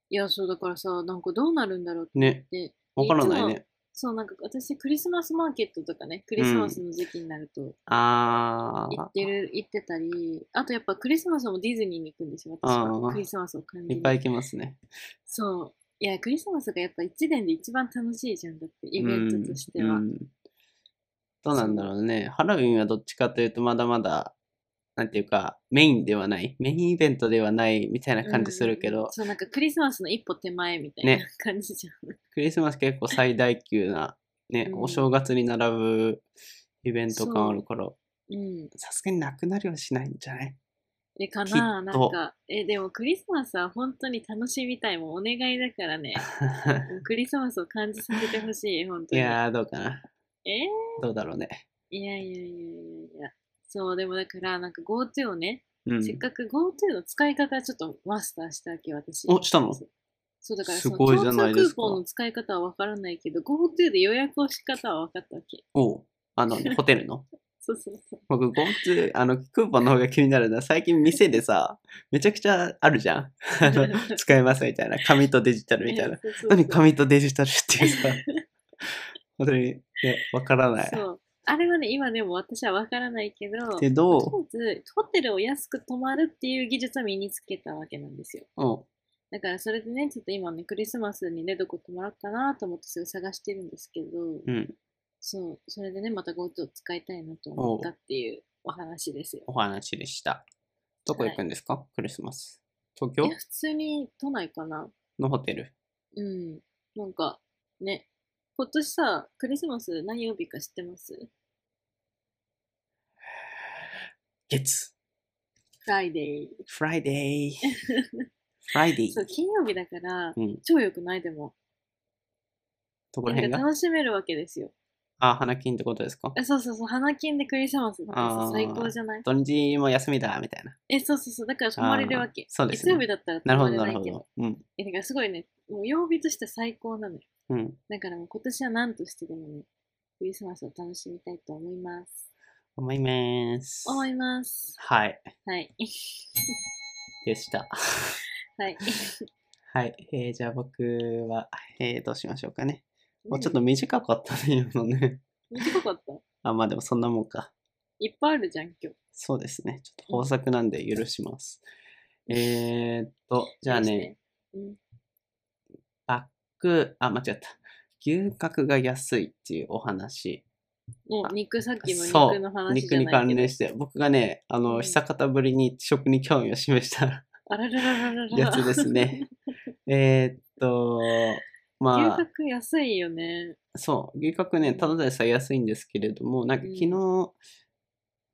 S1: い
S2: や、そう、だからさ、なんかどうなるんだろう
S1: ね。
S2: って。
S1: わからない
S2: いつ
S1: ね。
S2: そう、なんか私、クリスマスマーケットとかね、クリスマスの時期になると
S1: あ
S2: 行
S1: ー
S2: っ、てる、行ってたり、あとやっぱクリスマスもディズニーに行くんですよ、私
S1: あ
S2: は。
S1: ー
S2: クリスマスを感じ
S1: い
S2: に
S1: っぱい来ますね。
S2: そう。いや、クリスマスがやっぱ一年で一番楽しいじゃんだって、イベントとしては。
S1: う
S2: うんん、
S1: うんどうなんだろうね。ハロウィンはどっちかというと、まだまだ、なんていうか、メインではない、メインイベントではないみたいな感じするけど、
S2: うんうんそう、なんかクリスマスの一歩手前みたいな
S1: ね
S2: 感じじゃん。
S1: クリスマス結構最大級な、ね、
S2: うん
S1: お正月に並ぶイベント感あるから、
S2: うん。
S1: さすがになくなりはしないんじゃ ない
S2: え、か
S1: きっと
S2: ななんか、え、でもクリスマスは本当に楽しみたい。もうお願いだからね。もうクリスマスを感じさせてほしい、本
S1: い
S2: 当に。え
S1: やー、どうかな。
S2: ー
S1: どうだろうね。
S2: いやいやいやいやいや。そう、でもだから、なんか GoTo をね、
S1: うん。
S2: せっかく GoTo の使い方ちょっとマスターしたわけ、私。
S1: お、したの
S2: そうだから
S1: す
S2: その
S1: ごいじゃないです
S2: 共通ク
S1: か
S2: ーポンの使い方は分からないけど、GoTo で予約をし方は分かったわけ。
S1: おうあの、ホテルの。
S2: そうそうそう。
S1: 僕、GoTo、あの、クーポンの方が気になるのは、最近店でさ、めちゃくちゃあるじゃん。あの 使えますみたいな。紙とデジタルみたいな。
S2: そうそうそう
S1: 何紙とデジタルっていうさ、本当にね、わからない。
S2: そう。あれはね、今でも私は分からないけど、
S1: けど、
S2: とりあえずホテルを安く泊まるっていう技術を身につけたわけなんですよ。
S1: うん、
S2: だからそれでね、ちょっと今ね、クリスマスにね、どこ泊まろうかなと思ってそれ探してるんですけど、
S1: うん、
S2: そう、それでね、また GoTo を使いたいなと思ったっていうお話ですよ。
S1: お話でした。どこ行くんですか、クリスマス。東
S2: い
S1: 京
S2: や、普通に都内かな。
S1: のホテル。
S2: うん。なんか、ね。今年さ、クリスマス何曜日か知ってます
S1: 月。
S2: フライデー。
S1: フライデー。フライデー
S2: そ。う、金曜日だから、
S1: うん。
S2: 超良くないでも。
S1: どこら
S2: なん
S1: 辺
S2: か
S1: が
S2: 楽しめるわけですよ。
S1: あ、花金ってことですか
S2: えそうそうそう、花金でクリスマスって
S1: あ
S2: さ
S1: ー
S2: 最高じゃない
S1: 土日も休みだ、みたいな。
S2: え、そうそうそう、だから泊まれるわ
S1: あ
S2: け
S1: ー。そうです
S2: 月
S1: ね
S2: 曜日だったら
S1: な
S2: 泊
S1: る
S2: ま
S1: ほど、
S2: れ
S1: なる
S2: ない
S1: ほ
S2: けど
S1: ど。。うん。
S2: え、だからすごいね、もう曜日として最高なのよ。
S1: うん。
S2: だからもう今年はなんとしてでもね、クリスマスを楽しみたいと思います。
S1: 思います。
S2: 思います。
S1: はい。
S2: はい。
S1: でした。
S2: はい。
S1: はい。えー、じゃあ僕は、えー、どうしましょうかね。あちょっと短かったね、今のね。
S2: 短かった。
S1: あ、まあでもそんなもんか。
S2: いっぱいあるじゃん、今日。
S1: そうですね。ちょっと豊作なんで許します。えーっと、じゃあね、
S2: うん。
S1: バック、あ、間違った。牛角が安いっていうお話
S2: もう肉さっきの
S1: そう
S2: 肉の話じ
S1: 肉
S2: ゃ
S1: に
S2: ない
S1: 関
S2: けど
S1: 連して、僕がね、あ
S2: う
S1: の、
S2: ん
S1: 久方ぶりに食に興味を示した
S2: あらららららら
S1: やつですね。えーっと、
S2: 牛
S1: まあ、
S2: 角安いよね。
S1: そう、牛角ね、ただでさえ安いんですけれども、なんか
S2: うん
S1: 昨日、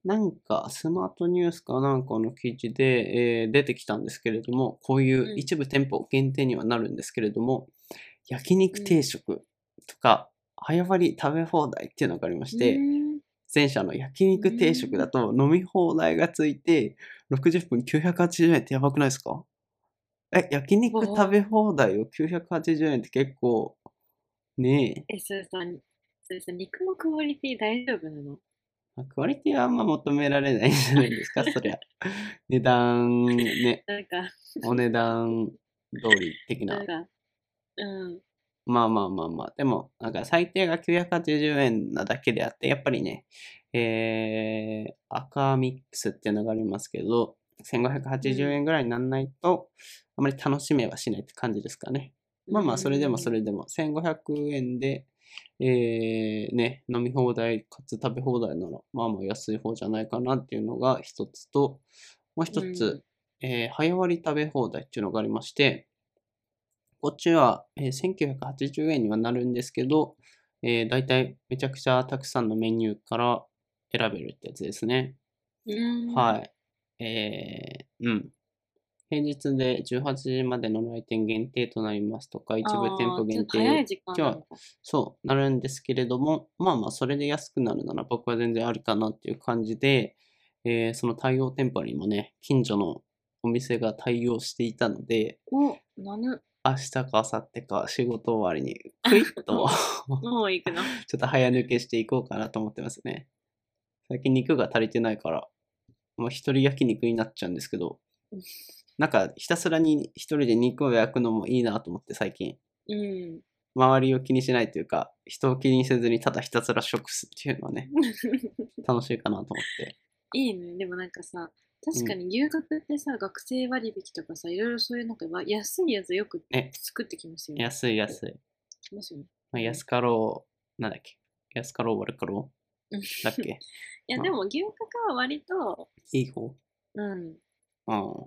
S1: なんかスマートニュースかなんかの記事で、えー出てきたんですけれども、こういうんう一部店舗限定にはなるんですけれども、焼肉定食とか、早割り食べ放題っていうのがありまして、
S2: うん
S1: 前者の焼肉定食だと飲み放題がついて60分980円ってやばくないですかえ、焼肉食べ放題を980円って結構、ね
S2: え、それさ、それさ、肉のクオリティ大丈夫なの
S1: え、クオリティはあんま求められないんじゃないですか、そりゃ。値段、ね、
S2: なんか、
S1: お値段通り的な
S2: なん。か、うん。
S1: まあまあまあまあ、でも、なんか最低が980円なだけであって、やっぱりね、えー、赤ミックスっていうのがありますけど、1580円ぐらいにならないと、あまり楽しめはしないって感じですかね。まあまあ、それでもそれでも、1500円で、えー、ね、飲み放題かつ食べ放題なら、まあまあ安い方じゃないかなっていうのが一つと、もう一つ、えー早割り食べ放題っていうのがありまして、こっちは、えー1980円にはなるんですけど、えー、大体めちゃくちゃたくさんのメニューから選べるってやつですね。
S2: うん、うん、
S1: はい。えー、うん。平日で18時までの来店限定となりますとか、一部店舗限
S2: あーちょっと早
S1: 定
S2: い時
S1: 今
S2: 間
S1: 日は
S2: なのか
S1: そうなるんですけれども、まあまあ、それで安くなるなら僕は全然ありかなっていう感じで、えーその対応店舗にもね、近所のお店が対応していたので、
S2: お、なぬ。
S1: 明日か明後日か仕事終わりに、クイッと
S2: もう行くの。
S1: ちょっと早抜けしていこうかなと思ってますね。最近肉が足りてないから、もう一人焼肉になっちゃうんですけど
S2: うん、
S1: なんかひたすらに一人で肉を焼くのもいいなと思って最近。
S2: うん。
S1: 周りを気にしないというか、人を気にせずにただひたすら食すっていうのは ね、楽しいかなと思って。
S2: いいね。でもなんかさ、確かに留学ってさ、学生割引とかさ、いろいろそういうなんかわ安いやつよく
S1: ね
S2: 作ってきますよね。
S1: 安い安い。
S2: きますよね。
S1: まあ、安かろう、なんだっけ。安かろう悪かろ
S2: うんいう
S1: だっけ。
S2: や、でも牛角は割と、
S1: いい方
S2: うん、
S1: うん。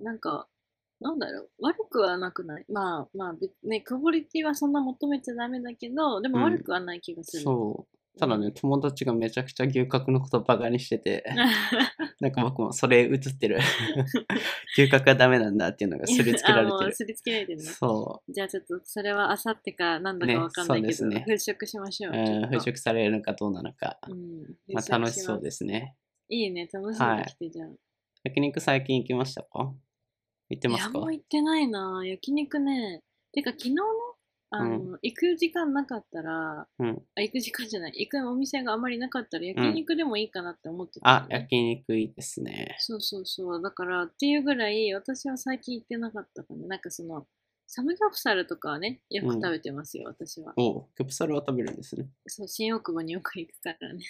S2: なんか、なんだろう、悪くはなくない。まあまあ、べね、クオリティはそんな求めちゃダメだけど、で
S1: う
S2: も
S1: ん
S2: 悪くはない気がする。
S1: そう。ただね、友達がめちゃくちゃ牛角のことバカにしてて。なんか僕もそれ映ってる。 嗅覚がダメなんだっていうのがすりつけられ
S2: あも
S1: て
S2: う
S1: る。
S2: すりつけられてるね。
S1: そ
S2: じゃあちょっとそれはあさってかなんだか
S1: ね
S2: わかんないけ
S1: そ
S2: ど、
S1: うですね
S2: 払拭しましょ
S1: う。
S2: う。
S1: う
S2: ちょっ
S1: ん、
S2: と
S1: 払拭されるのかどうなのか。
S2: うん、
S1: まあ楽しそう
S2: す。
S1: ですね。
S2: いいね、楽しみに来てじゃん。
S1: 焼肉最近行きましたか行って
S2: い
S1: ます
S2: や、
S1: か
S2: もう行ってないな、焼肉ね。てか、昨日ね、あの、行く時間なかったら、
S1: うん。
S2: あ、行く時間じゃない、行くお店があまりなかったら、
S1: ん
S2: 焼肉でもいいかなって思ってた
S1: あ
S2: の、ね、
S1: 焼肉いいですね。
S2: そうそうそう。だから、っていうぐらい、私は最近行ってなかったかな。なんかその、サムギョプサルとかはね、よく
S1: うん
S2: 食べてますよ、私は。
S1: おう、ギョプサルは食べるんですね。
S2: そう、新大久保によく行くからね。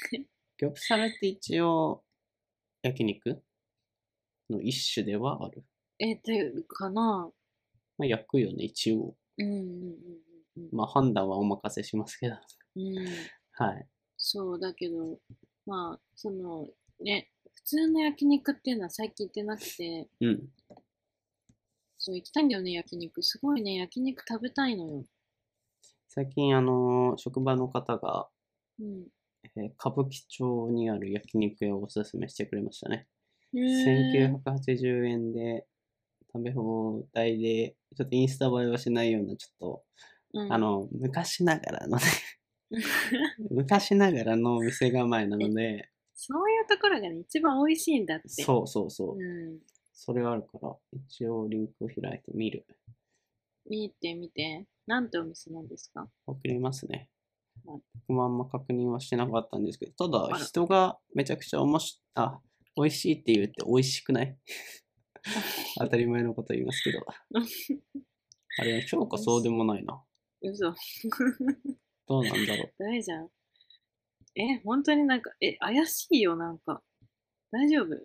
S1: ギョプサルって一応、焼肉の一種ではある。
S2: えー、というかな。
S1: まあ、焼くよね、一応。
S2: うんうんうんうん
S1: まあ、判断はお任せしますけど。
S2: うん。うん。
S1: はい。
S2: そう、だけど、まあ、その、ね、普通の焼肉っていうのは最近行ってなくて、
S1: うん。
S2: そう、行きたいんだよね、焼肉。すごいね、焼肉食べたいのよ。
S1: 最近、あのー職場の方が、
S2: うん。
S1: えー歌舞伎町にある焼肉屋をおすすめしてくれましたね。
S2: へー
S1: 1980円で食べ放題で、ちょっとインスタ映えはしないような、ちょ
S2: う
S1: っ
S2: ん、
S1: と、あの、昔ながら のね、昔ながらのお店構えな ので、
S2: そういうところがね、一番美味しいんだって。
S1: そうそうそうう、
S2: ん。
S1: それがあるから、一応リンクを開いてみる。
S2: 見て見て。なんてお店なんですか
S1: 送りますね
S2: はい。
S1: 僕もあんま確認はしてなかったんですけど、た
S2: あら
S1: だ人がめちゃくちゃおもし、あ、美味しいって言って美味しくない 当たり前のこと言いますけ ど。あれ、評価そうでもないな。
S2: 嘘。
S1: どうなんだろう。
S2: ダメじゃん。え、本当になんか、え、怪しいよ、なんか。大丈夫
S1: で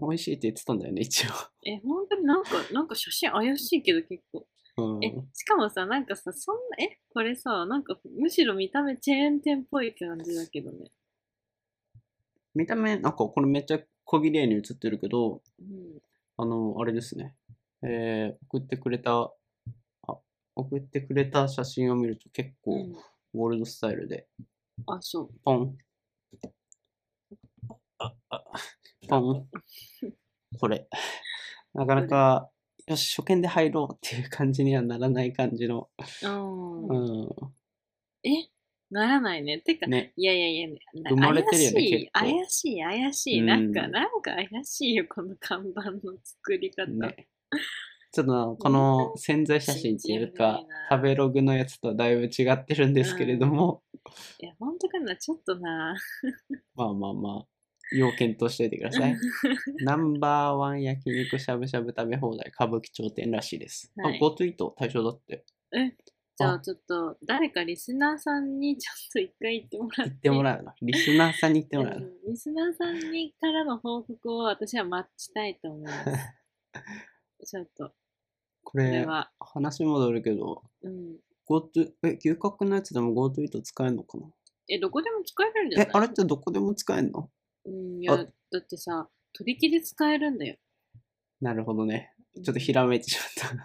S1: も美味しいって言ってたんだよね、一
S2: え、本当になんか、なんか写真怪しいけど結構。
S1: 応。うん。
S2: え、しかもさ、なんかさ、そんな、え、これさ、なんかむしろ見た目チェーン店っぽい感じだけどね。
S1: 見た目、なんかこれめっちゃ小綺麗に映ってるけど、
S2: うん。
S1: あの、あれですね。えー送ってくれた、あ、送ってくれた写真を見ると結
S2: う
S1: 構
S2: ん、
S1: ゴールドスタイルで、
S2: あ、そう。
S1: ポン。ああポン。これ。なかなか、よし、初見で入ろうっていう感じにはならない感じの。
S2: あ
S1: う
S2: ー
S1: ん。
S2: えならないね。てか、
S1: ね。
S2: いやいやいや、な
S1: 生まれてるよね結構
S2: 怪しい、怪しい、怪しい。
S1: うん
S2: なんか、なんか怪しいよ、この看板の作り方。
S1: ね。ちょっとなこの潜在写真っていうか
S2: 信じられないな
S1: 食べログのやつとだいぶ違ってるんですけれども、
S2: いや、本当かな、ちょっとな。
S1: まあまあまあ要検討しておいてくだ さいナンバーワン焼肉しゃぶしゃぶ食べ放題歌舞伎町店らしいです、あ
S2: はい
S1: GoTo イート対象だって
S2: じゃあ、ちょっと、誰かリスナーさんに、ちょっと一回言ってもらっ
S1: 言
S2: て。
S1: ってもらうなリスナーさんに言ってもらうな
S2: うんリスナーさんにからの報告を私は待ちたいと思い ます。ちょっと、
S1: こ
S2: これ
S1: れ
S2: は、
S1: 話戻るけど
S2: うん。
S1: GoTo え牛角のやつでも GoTo イート使えるのかな
S2: え、どこでも使えるんじゃ
S1: え
S2: ない
S1: あれってどこでも使えるの
S2: うん、いや、
S1: あ
S2: だってさ、取り切り使えるんだよ。
S1: なるほどねちょっとひらめいてしまった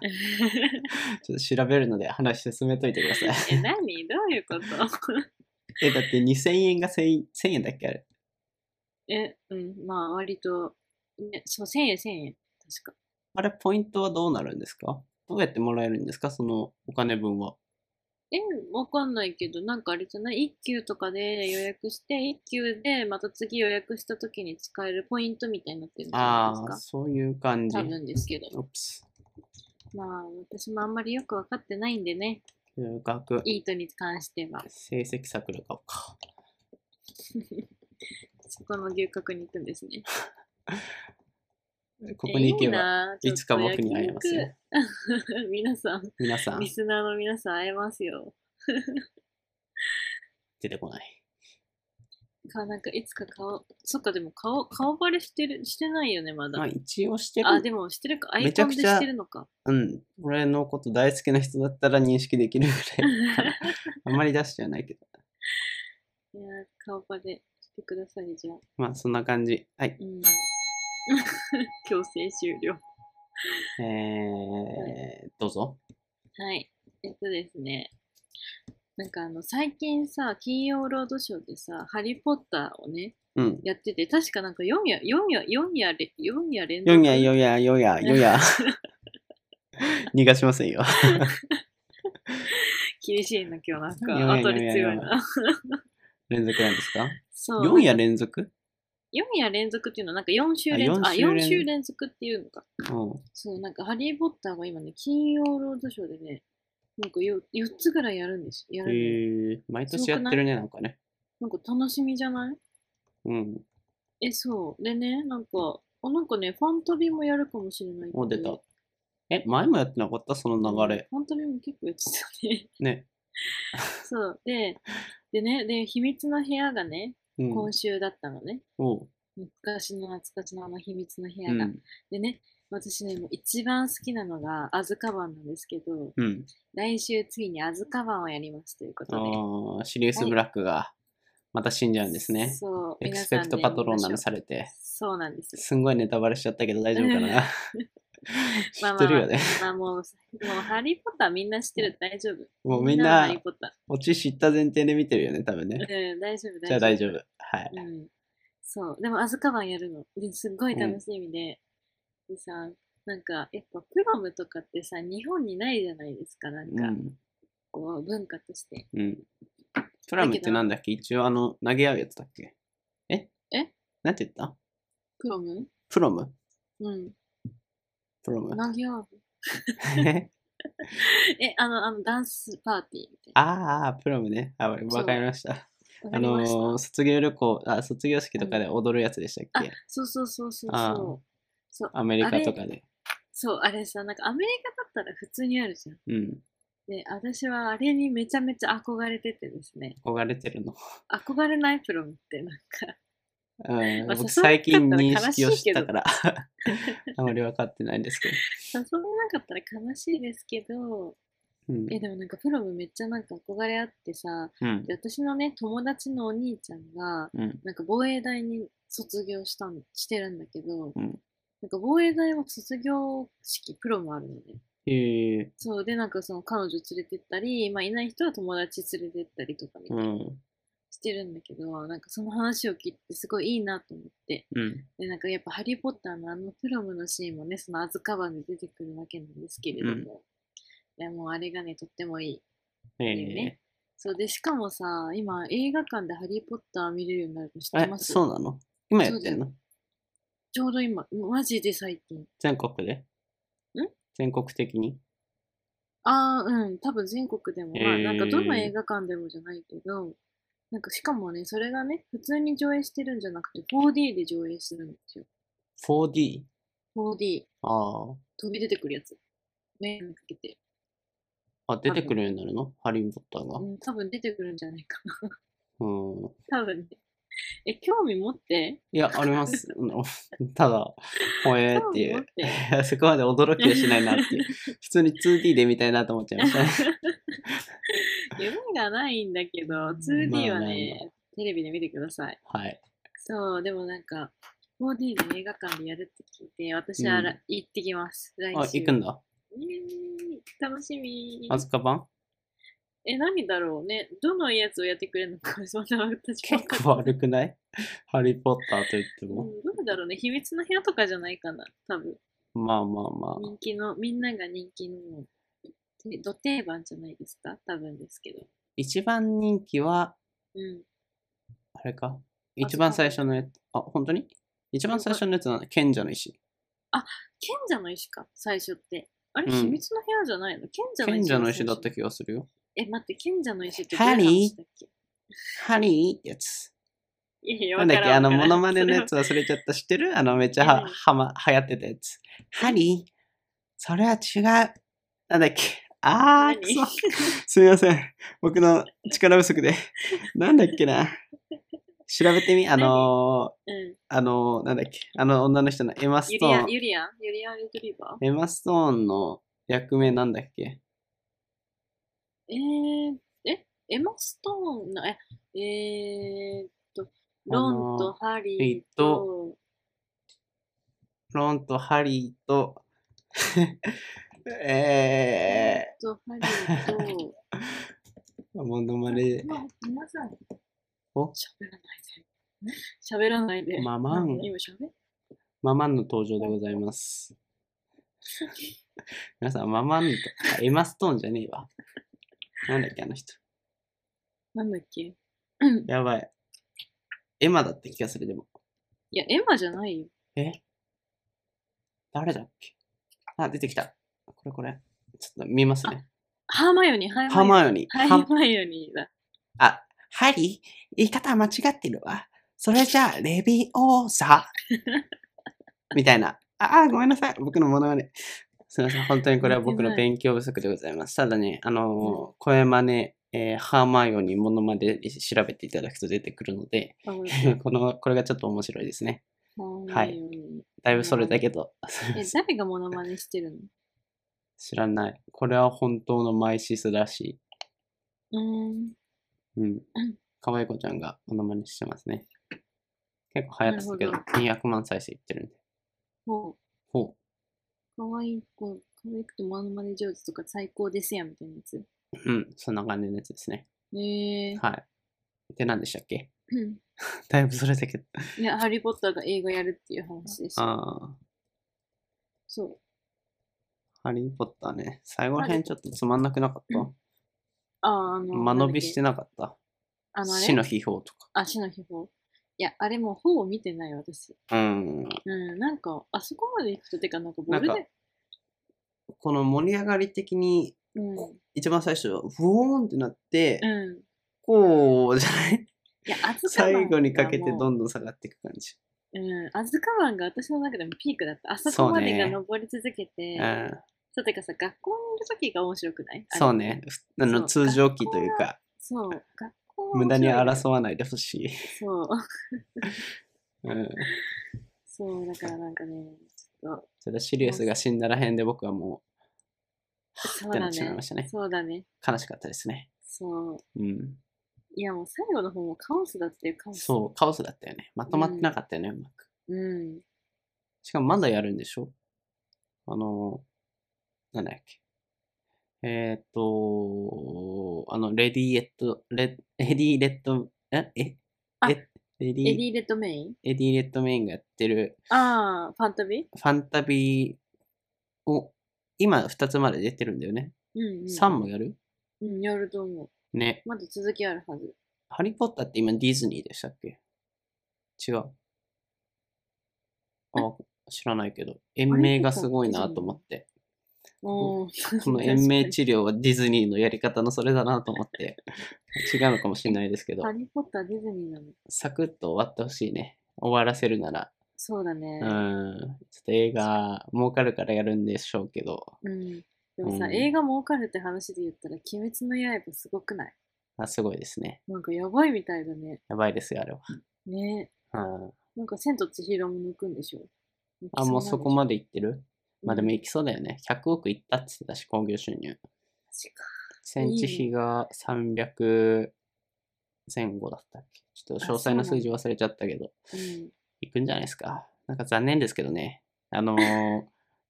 S1: ちょっと調べるので話進めといてください。
S2: え、何どういうこと
S1: え、だって2000円が1000円 ,1000 円だっけあれ
S2: え、うん、まあ、割と、ね、そう、1000円、1000円。確か。
S1: あれ、ポイントはどうなるんですかどうやってもらえるんですかそのお金分は。
S2: え、わかんないけど、なんかあれじゃない一級とかで予約して、一級でまた次予約した時に使えるポイントみたいになってるんじゃ
S1: あ
S2: ない
S1: あ、
S2: です
S1: そういう感じ
S2: か。多。分ですけど。
S1: オプス。
S2: まあ、私もあんまりよくわかってないんでね。
S1: 留学、
S2: イートに関しては。
S1: 成績桜買おうか。
S2: そこの牛角に行くんですね。
S1: ここに行け
S2: えいい
S1: ば、
S2: なあ
S1: いつか僕に会えます。
S2: ちょっ
S1: よ。
S2: と焼肉 皆さん、
S1: 皆さん
S2: リ、スナーの皆さん会えますよ。
S1: 出てこない。
S2: か、なんかいつか顔、そっかでも顔、顔バレしてる、してないよね、まだ。
S1: まあ、一応して
S2: あ、
S1: る。
S2: でもしてるか、ア
S1: め
S2: イ
S1: ちゃ
S2: コン
S1: く
S2: で
S1: ちゃ
S2: してるのか。
S1: うん。俺のこと大好きな人だったら認識できるぐらい かな。あんまり出してはないけど。
S2: いやー、顔バレしてください、じゃあ。
S1: まあ、そんな感じ。はい。
S2: うん。 強制終了。
S1: えー、どうぞ。
S2: はい。えっとですね。なんかあの、最近さ、金曜ロードショーでさ、ハリーポッターをね、
S1: うん。
S2: やってて、確かなんか4夜、4夜、4夜れ、4夜連続
S1: よやよやよやよや。逃がしませんよ。
S2: 厳しいな、今日なん
S1: 四夜
S2: か。後で強い
S1: 四夜
S2: な。
S1: 連続なんですか
S2: そう。
S1: ?4 夜連続
S2: 4夜連続っていうのは、なんか4週
S1: あ
S2: 連続、
S1: 四
S2: あ、
S1: 週連
S2: 4週連続っていうのか。
S1: うん。
S2: そう、なんか、ハリー・ポッターが今ね、金曜ロードショーでね、なんか 4, 4つぐらいやるんですやるのよ
S1: えー、毎年やってるね、なんかね。
S2: なんか楽しみじゃない
S1: うん。
S2: え、そう。でね、なんか、あ、なんかね、ファントビもやるかもしれないって
S1: もう出た。え、前もやってなかったその流れ。
S2: ファントビも結構やってたね。
S1: ね。
S2: そう。で、でね、で、秘密の部屋がね、
S1: うん。
S2: 今週だったのね。
S1: おう。
S2: 昔の懐かしのあの秘密の部
S1: う
S2: 屋が。
S1: ん。
S2: でね、私ね、もう一番好きなのがアズカバンなんですけど、
S1: うん。
S2: 来週ついにアズカバンをやりますということで。
S1: ああ、シリウス・ブラックがまた死んじゃうんですね。
S2: そう、
S1: エク
S2: 皆
S1: ス
S2: さ
S1: ペ
S2: ん
S1: クト・パトローナ
S2: ね
S1: ムされて。
S2: そうなんですよ。
S1: すんごいネタバレしちゃったけど大丈夫か
S2: うん
S1: な 知ってるよね。
S2: まあもう、もうハリー・ポッターみんな知ってる、大丈夫。
S1: もうみん
S2: は
S1: な
S2: ハリー・ポッタ
S1: オチ知った前提で見てるよね、多分ね。
S2: ー。うん、大丈夫、
S1: じゃあ大丈夫。はい。
S2: 夫。うん。そう、でも、アズカバンやるの。ですっごい楽しみで。でさ、なんか、やっぱ、プロムとかってさ、日本にないじゃないですか、なん
S1: う
S2: か、
S1: ん。
S2: こう、文化として。
S1: うん。プラムってなんだっけ一応あの、投げ合うやつだっけえ
S2: え
S1: なんて言った
S2: プロム
S1: プロム
S2: うん。
S1: プロム。
S2: 投げ合う。 え、あの、あの、ダンスパーティーみたい
S1: ああ、プロムね。あ、わわかりました。
S2: な。
S1: あ
S2: わかりました
S1: のー、卒業旅行、あ、卒業式とかで踊るやつでしたっけ
S2: そうそうそうそう
S1: あ
S2: そう。そう、
S1: アメリカとかで。
S2: そう、あれさ、なんかアメリカだったら普通にあるじゃん。
S1: うん。
S2: で、私はあれにめちゃめちゃ憧れててですね。
S1: 憧れてるの。
S2: 憧れないプロムって、なんか、
S1: うん。
S2: ま
S1: 僕
S2: あ誘わなか
S1: 最
S2: ったら
S1: 近
S2: 悲
S1: 認
S2: しいけど
S1: 識を知った から、あまり分かってないんですけど。
S2: 誘わなかったら悲しいですけど、
S1: うん。
S2: え、でもなんかプロムめっちゃなんか憧れあってさ、
S1: うん
S2: で、私のね、友達のお兄ちゃんが、
S1: うん。
S2: なんか防衛大に卒業したん、してるんだけど、
S1: うん
S2: なんか防衛大は卒業式プロもあるのね。
S1: へえ
S2: そう、で、なんかその彼女連れてったり、まあいない人は友達連れてったりとかみた
S1: う。
S2: いなんしてるんだけど、なんかその話を聞いてすごいいいなと思って。
S1: うん。
S2: で、なんかやっぱハリーポッターのあのプロムのシーンもね、そのアズカバンで出てくるわけなんですけれども、いやもうあれがね、とってもいい。
S1: え
S2: いい
S1: え
S2: ねそうで、しかもさ、今映画館でハリーポッター見れるようになるの知って
S1: え
S2: ま、す
S1: そうなの今やってん
S2: そうだ
S1: の
S2: ちょうど今、マジで最近。
S1: 全国で全国的に
S2: ああ、うん、多分全国でも、まあ、
S1: へー
S2: なんかどの映画館でもじゃないけど、なんかしかもね、それがね、普通に上映してるんじゃなくて、4D で上映するんですよ。
S1: 4D?
S2: 4D、
S1: ああ。
S2: 飛び出てくるやつ。目にかけて。
S1: あ、出てくるようになるのハリー・ポッターが
S2: う。ん、多分出てくるんじゃないか な。
S1: うん。
S2: 多分ね。え、興味持って
S1: いや、あります。 あのただ、ほえーってい
S2: 興味持っ
S1: う。
S2: て。
S1: いやそこまで驚きはしないなっていう。普通に 2D で見たいなと思っちゃいましたね。
S2: 夢がないんだけど、2D はね、テレビで見てください。
S1: はい。
S2: そう、でもなんか、4D で映画館でやるって聞いて、私はら、
S1: うん
S2: 行ってきます。来
S1: あ、
S2: 週。
S1: 行くんだ。
S2: イエーイ楽しみ
S1: アズカバン
S2: え、何だろうね。どのやつをやってくれるのか、そんな私も分か
S1: 結
S2: ん
S1: 構
S2: ない
S1: 悪くない ハリー・ポッターと言って
S2: う
S1: も。
S2: ん、どうだろうね。秘密の部屋とかじゃないかな。多分。
S1: まあまあまあ。
S2: 人気の、みんなが人気の、てど定番じゃないですか多分ですけど。
S1: 一番人気は、
S2: うん。
S1: あれか。一番
S2: アズカ
S1: 最
S2: バン
S1: 初のやつ。あ、本当に一番最初のやつなんだ。賢者の石。
S2: 賢者の石か、最初って。あれ、
S1: うん
S2: 秘密の部屋じゃないの賢者の石
S1: 賢者の
S2: が
S1: 石
S2: 最
S1: だ
S2: 初
S1: った気がするよ。
S2: え、待って、賢者の石って
S1: ハリー
S2: どういう話だっけ
S1: ハリーってやつ。
S2: いやいや、
S1: なんだっ
S2: わ
S1: け
S2: から
S1: あ
S2: ん
S1: の、
S2: わ
S1: モ
S2: からん
S1: ノマネのやつ忘れちゃった。知ってるあの、めっちゃは、
S2: うん
S1: はま、流行ってたやつ。ハリーそれは違う。なんだっけあー、く
S2: 何
S1: そ。すみません。僕の力不足で。なんだっけな。調べてみ、あの
S2: それうん。
S1: ー、あのー、なんだっけあの女の人のエマス
S2: ユ
S1: ト
S2: リ
S1: ー
S2: ア
S1: ン
S2: ン、。ユリアン、ユリアン・レトリバー
S1: エマストーンの役名なんだっけ
S2: えー、え、エマ・ストーンの、え、えーっと、ロンとハリーと、
S1: ロンとハリーと、 え
S2: ロンとハリーと、
S1: ー、モノマネ。
S2: まあ、皆さん、喋
S1: お
S2: らないで。喋らないで。
S1: ママン
S2: なんか今喋
S1: ママンの登場でござい ます。皆さん、ママンと、あエマストーンじゃねえわ。なんだっけ、あの人。
S2: なんだっけいや、
S1: やばい。エマだった気がする、でも。
S2: エマじゃないよ。
S1: え誰だっけあ、出てきた。これこれ。ちょっと見ますね。
S2: ハーマイオニー、ハー
S1: ハー
S2: マイオニー。
S1: マイオニー。
S2: ハ
S1: ハ
S2: ーマイオニーだ。
S1: あ、ハリー言い方間違ってるわ。それじゃあ、レビオーサ。みたいな。ああ、ごめんなさい。僕のものまね。すみません。本当にこれは僕の勉強不足でございます。ただね、あのー声真似、えーハーマイオニーものまで調べていただくと出てくるので、
S2: あごめんなさい
S1: この、これがちょっと面白いですね。
S2: ハー
S1: は
S2: マ
S1: い
S2: イオニ
S1: だいぶそれだけど、すいま
S2: ー。え、
S1: せん
S2: 誰がモノマネしてるの
S1: 知らない。これは本当のマイシスらし
S2: うーん、
S1: い。うん
S2: うん。
S1: 可愛い子ちゃんがものまねしてますね。結構流行ってたけど、
S2: なる
S1: 200万再生いってるんで。
S2: も
S1: ほう。
S2: う、かわいい子、かわいくてモノマネ上手とか最高ですやんみたいなやつ。
S1: うん、そんな感じのやつですね。
S2: えー
S1: はい。で、何でしたっけ
S2: うん
S1: だいぶそれだけど。
S2: いや、ハリー・ポッターが映画やるっていう話ですよ。
S1: あ
S2: そう。
S1: あ、ハリー・ポッターね。最後ら辺ちょっとつまんなくなかった。
S2: ああ、あの、
S1: 間延びして
S2: なんだっ
S1: なかった。
S2: けあの、あれ
S1: 死の秘宝とか。
S2: あ、死の秘宝。いや、あれもう本を見てない私。
S1: うん。
S2: うん、なんか、あそこまで行くと、てか、なんかボ
S1: なん
S2: ル
S1: か
S2: デ、
S1: この盛り上がり的に、
S2: うん、
S1: 一番最初、ウォーンってなって、
S2: うん。
S1: こうじゃない
S2: いや、アズカバンが
S1: 最後にかけて
S2: もう
S1: どんどん下がっていく感じ。
S2: うん、アズカバンが私の中でもピークだった。あそ
S1: そ
S2: こ
S1: う
S2: ま
S1: ね
S2: でが登り続けて、
S1: うん、
S2: そう、てかさ、学校にいる時が面白くないあれ
S1: そうね。あの
S2: そう
S1: 通常期というか、
S2: そう、学校は
S1: 無駄に
S2: 面白い
S1: 争わないでほしい。
S2: けどそう、
S1: うん。
S2: そう、だからなんかね、ちょっと、
S1: ただシリウスが死んだらへんで僕はも
S2: そう
S1: ってな
S2: だ
S1: ってしまいましたね
S2: ね。そうだね。
S1: う悲しかったですね。
S2: そう。
S1: うん。
S2: いやもう最後の方もカオスだっていうカオス。
S1: そう、カオスだったよね。まとまってなかったよね、うまく。
S2: う。うん。
S1: しかもまだやるんでしょあの、なんだっけ。えーっと、あの、レディー・エット、レレディー・レッド、ええ
S2: あ
S1: レレデ
S2: エ
S1: ィ
S2: デ
S1: ー、
S2: ィ・レッドメイン
S1: エディー・レッドメインがやってる
S2: ああ、ファンタビ
S1: ファンタビーを、今2つまで出てるんだよね。
S2: うん、うん。
S1: 3もやる
S2: うん、やると思
S1: ね。
S2: う。まだ続きあるはず。
S1: ハリー・ポッターって今ディズニーでしたっけ違う。あ、知らないけど。延命がすごいなと思って。
S2: おー
S1: この延命治療はディズニーのやり方のそれだなと思って、違うのかもしれないですけど
S2: ハ、リー・ポッターディズニーなの。
S1: サクッと終わってほしいね。終わらせるなら。
S2: そうだ
S1: う
S2: ね
S1: ん。。ちょっと映画、儲かるからやるんでしょうけど。
S2: うん。でもさ、
S1: うん
S2: 映画儲かるって話で言ったら、鬼滅の刃すごくない
S1: あ、すごいですね。
S2: なんかやばいみたいだね。
S1: やばいですよ、あれは。
S2: ね
S1: うん、
S2: なんか千と千尋も抜くんでしょ
S1: あ、もうそこ
S2: で。
S1: までいってるまあでも
S2: うん
S1: いきそうだよね。100億いったって言ってたし、興行収入。
S2: マジか
S1: センチ比が300前後だったっけちょっと詳細の数字忘れちゃったけど。
S2: うん。
S1: 行くんじゃないですか。なんか残念ですけどね。あの ー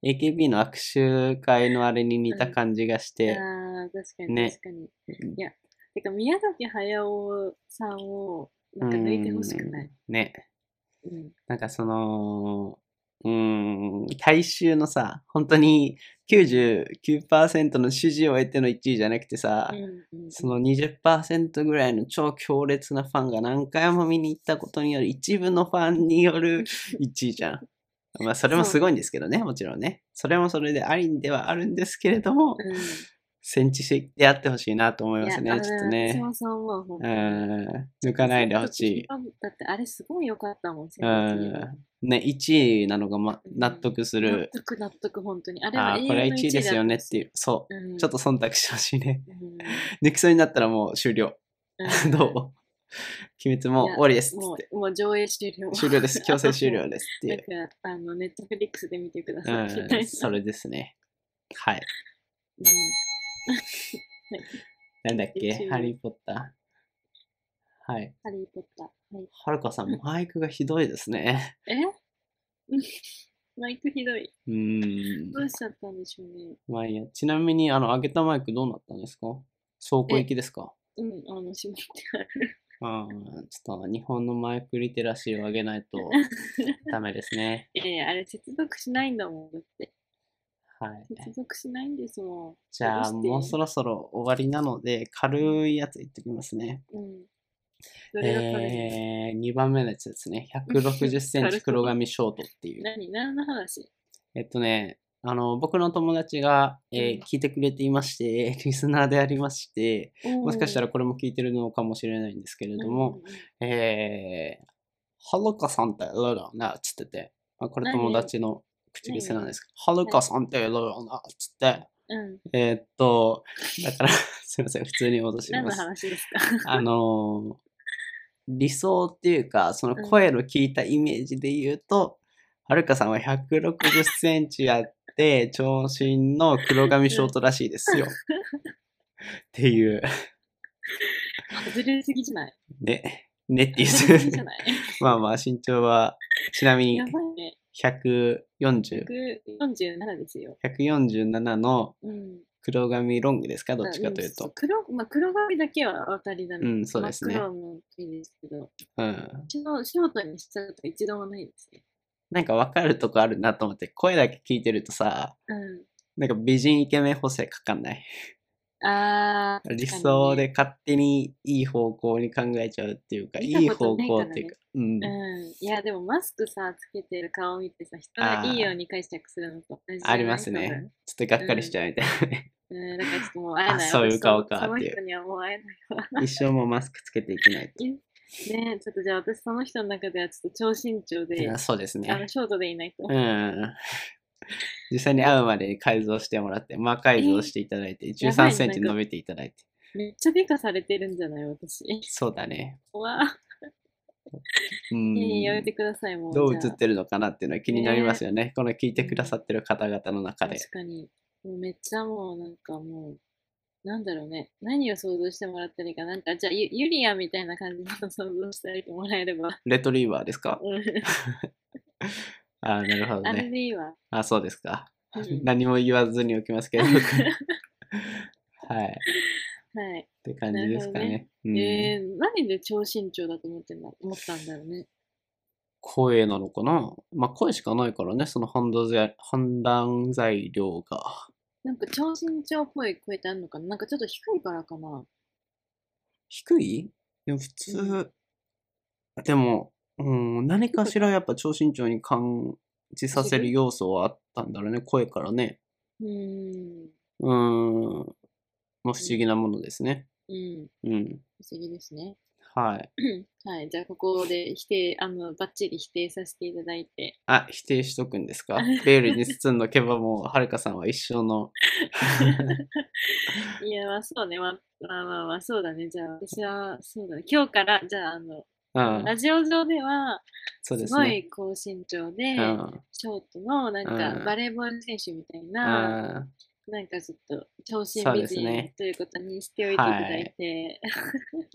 S1: AKB の握手会のあれに似た感じがして、
S2: ああ、確かに
S1: ね
S2: 確かに。てか、宮崎駿さんをなんか抜いてほしくない。
S1: うんね。
S2: うん。
S1: なんかその、うーん、大衆のさ、本当に99%の支持を得ての1位じゃなくてさ、
S2: うん
S1: その20%ぐらいの超強烈なファンが何回も見に行ったことによる一部のファンによ る1位じゃん。まあそれもすごいんですけどね、もちろんね。それもそれでありんではあるんですけれども、
S2: うん
S1: 戦地してやってほしいなと思います
S2: い
S1: ね、
S2: や
S1: ちょっと
S2: 私
S1: ね。
S2: もそう思う、ほん
S1: う
S2: と
S1: ん、
S2: に。
S1: 抜かないでほしい。
S2: だってあれすごい良かったもん、
S1: う
S2: 千と千尋
S1: ん。ね、1位なのが、ま、納得す
S2: 納
S1: る。
S2: 得納得、本当に。あれ
S1: あ
S2: は
S1: あー、
S2: 永遠
S1: これは
S2: の。
S1: 1位ですよねっていうう。そ
S2: うん
S1: う。ちょっと、忖度してほしいね。
S2: うん
S1: 抜きそうになったらもう終了。
S2: うん
S1: どう鬼滅も
S2: いや
S1: 終わりですっつ
S2: も
S1: って。
S2: う、もう上映終了。
S1: 終了 です。強制終了ですってい
S2: だ
S1: う
S2: か。ら、あの、ネットフリックスで見てくだ
S1: う
S2: さい。みた い
S1: ん、
S2: な
S1: それですね。はい。
S2: うん
S1: なんだっけ
S2: 一応
S1: ハリー・ポッター。はい。
S2: ハリー・ポッター。はい
S1: はるかさん、マイクがひどいですね。
S2: え うんマイクひどい。
S1: うーん。
S2: どうしちゃったんでしょうね。
S1: まあいいや。ちなみに、あの、上げたマイクどうなったんですか走行行きですか
S2: うん、あの、しまってある。
S1: あーちょっと日本のマイクリテラシーを上げ ないとダメですね。
S2: いやいや、あれ、接続しないんだもん。だって、
S1: はい。
S2: 接続しないんですもん。
S1: じゃ
S2: ど
S1: あ、
S2: して
S1: もうそろそろ終わりなので、軽いやついってきますね。
S2: うん。どれが取れる、
S1: えー、2番目のやつですね。160セン
S2: 軽
S1: チ
S2: そう
S1: 黒髪ショートっていう。
S2: 何何の話
S1: えっとね、あの、僕の友達が、えー
S2: うん
S1: 聞いてくれていまして、 リスナーでありまして、もしかした
S2: ら、
S1: らこれも聞いてるのかもしれないんですけれ
S2: うん
S1: ども、、えー、はるかさんってエロだな、つってて、まあ、これ
S2: 何
S1: 友達の口癖なんですけど、はるかさんってエロだな、つって、
S2: うんうん。
S1: えーっと、だから、 すいません、普通に戻し
S2: 何
S1: ま
S2: の
S1: す。
S2: 話ですか
S1: あのー理想っていうか、その声の聞いたイメージで言うと、はるかさんは160センチあって、長身の黒髪ショートらしいですよ。っていう、
S2: ずれすぎじゃない
S1: ね、ねって
S2: ずれす
S1: い
S2: ぎじゃ
S1: う。
S2: ない
S1: まあまあ、身長は、ちなみに
S2: やばいね。
S1: 140、
S2: 147ですよ。
S1: 147の
S2: うん。
S1: 黒髪ロングですかどっちかという
S2: うん
S1: と。
S2: 黒、まあ、黒髪だけは当たりだね。
S1: うんそうですね
S2: 真っ黒もいいですけど、う
S1: うん。
S2: ちのショートにしたこと一度もないですね。
S1: なんかわかるとこあるなと思って、声だけ聞いてるとさ、
S2: う
S1: なんか美人イケメン補正かかんない。
S2: ん。あー、
S1: 理
S2: 確かにね
S1: 想で。勝手にいい方向に考えちゃうっていうか、い
S2: 見た
S1: い
S2: こと
S1: 方
S2: ない
S1: 向っていうか、うん
S2: う、ん。いや、でもマスクさ、つけてる顔見てさ、人がいいように解釈するのと同じじゃない
S1: ありますね。。ちょっとがっかりしちゃうみたいなね。
S2: 多分うん、だからちょっともう会えない。
S1: あそういう顔か
S2: 私その
S1: っていう
S2: その人にはもう会えないわ。
S1: 一生もうマスクつけていけないと。
S2: ねちょっとじゃあ私その人の中ではちょっと超身長で、
S1: あそうです
S2: あの、
S1: ね。
S2: ショートでいないと。
S1: うん。 実際に会うまでに改造してもらって、魔改造していただいて、
S2: やばい
S1: 13センチ伸びていただいて。
S2: めっちゃ美化されてるんじゃない私。
S1: そうだね。
S2: わあ、
S1: う
S2: い
S1: ん
S2: やいややめてください、もう。
S1: どう映
S2: じゃあ
S1: ってるのかなっていうのは気になりますよね。この聞いてくださってる方々の中で。
S2: 確かに。もうめっちゃもうなんかもう、なんだろうね。何を想像してもらったらいいか。なんか、じゃあ、ゆユリアみたいな感じの想像してあげてもらえれば。
S1: レトリーバーですか
S2: うん
S1: ああ、なるほど
S2: あれ
S1: ね。
S2: でいいわ。
S1: あそうですか。
S2: うん
S1: 何も言わずにおきます けど。僕はい。っ
S2: はい。
S1: て感じですかね。うん
S2: えー、何で超身長だと思ってんだ思ったんだろうね。
S1: 声なのかなまあ声しかないからね、その判断材判断材料が。
S2: なんか超身長っぽい声ってあるのかななんかちょっと低いからかな。
S1: 低いでも普
S2: う
S1: 通、でも、うん、何かしらやっぱ超身長に感じさせる要素はあったんだろうね、声からね。
S2: うーん。
S1: うーん、まあ不思議なものですね。
S2: うん。
S1: うん。
S2: 不思議ですね。
S1: はい。
S2: はい。じゃあ、ここで否定、あの、バッチリ否定させていただいて。
S1: あ、否定しとくんです かベールに包んどけばもう、はるかさんは一生の。
S2: いや、まあ、そうね。まあ、まあ、まあ、まあ、そうだね。じゃあ、私は、そうだね。今日から、じゃあ、あの、
S1: うん、
S2: ラジオ上では、
S1: そうですす
S2: ご
S1: ね。
S2: い高身長で、
S1: うん。
S2: ショートのなんか
S1: うん
S2: バレーボール選手みたいな、
S1: あ
S2: なんかちょっと長身
S1: そう
S2: 美
S1: ですね
S2: 人ということにしておいていただいて、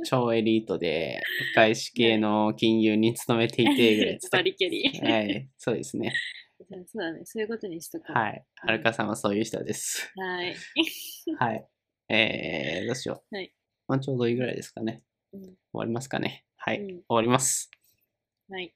S1: ー超エリートで、外資系の金融に勤めていて、ぐ らい
S2: バリキャリー。
S1: はい、そうですね。
S2: そうだね、そういうことにしとこう。
S1: はい。はるかさんはそういう人 です。
S2: はい。
S1: はい。えー、どうしよう。
S2: はい
S1: まあ、ちょうどいいぐらいですかね。
S2: うん
S1: 終わりますかね。はい。
S2: うん
S1: 終わります。
S2: はい。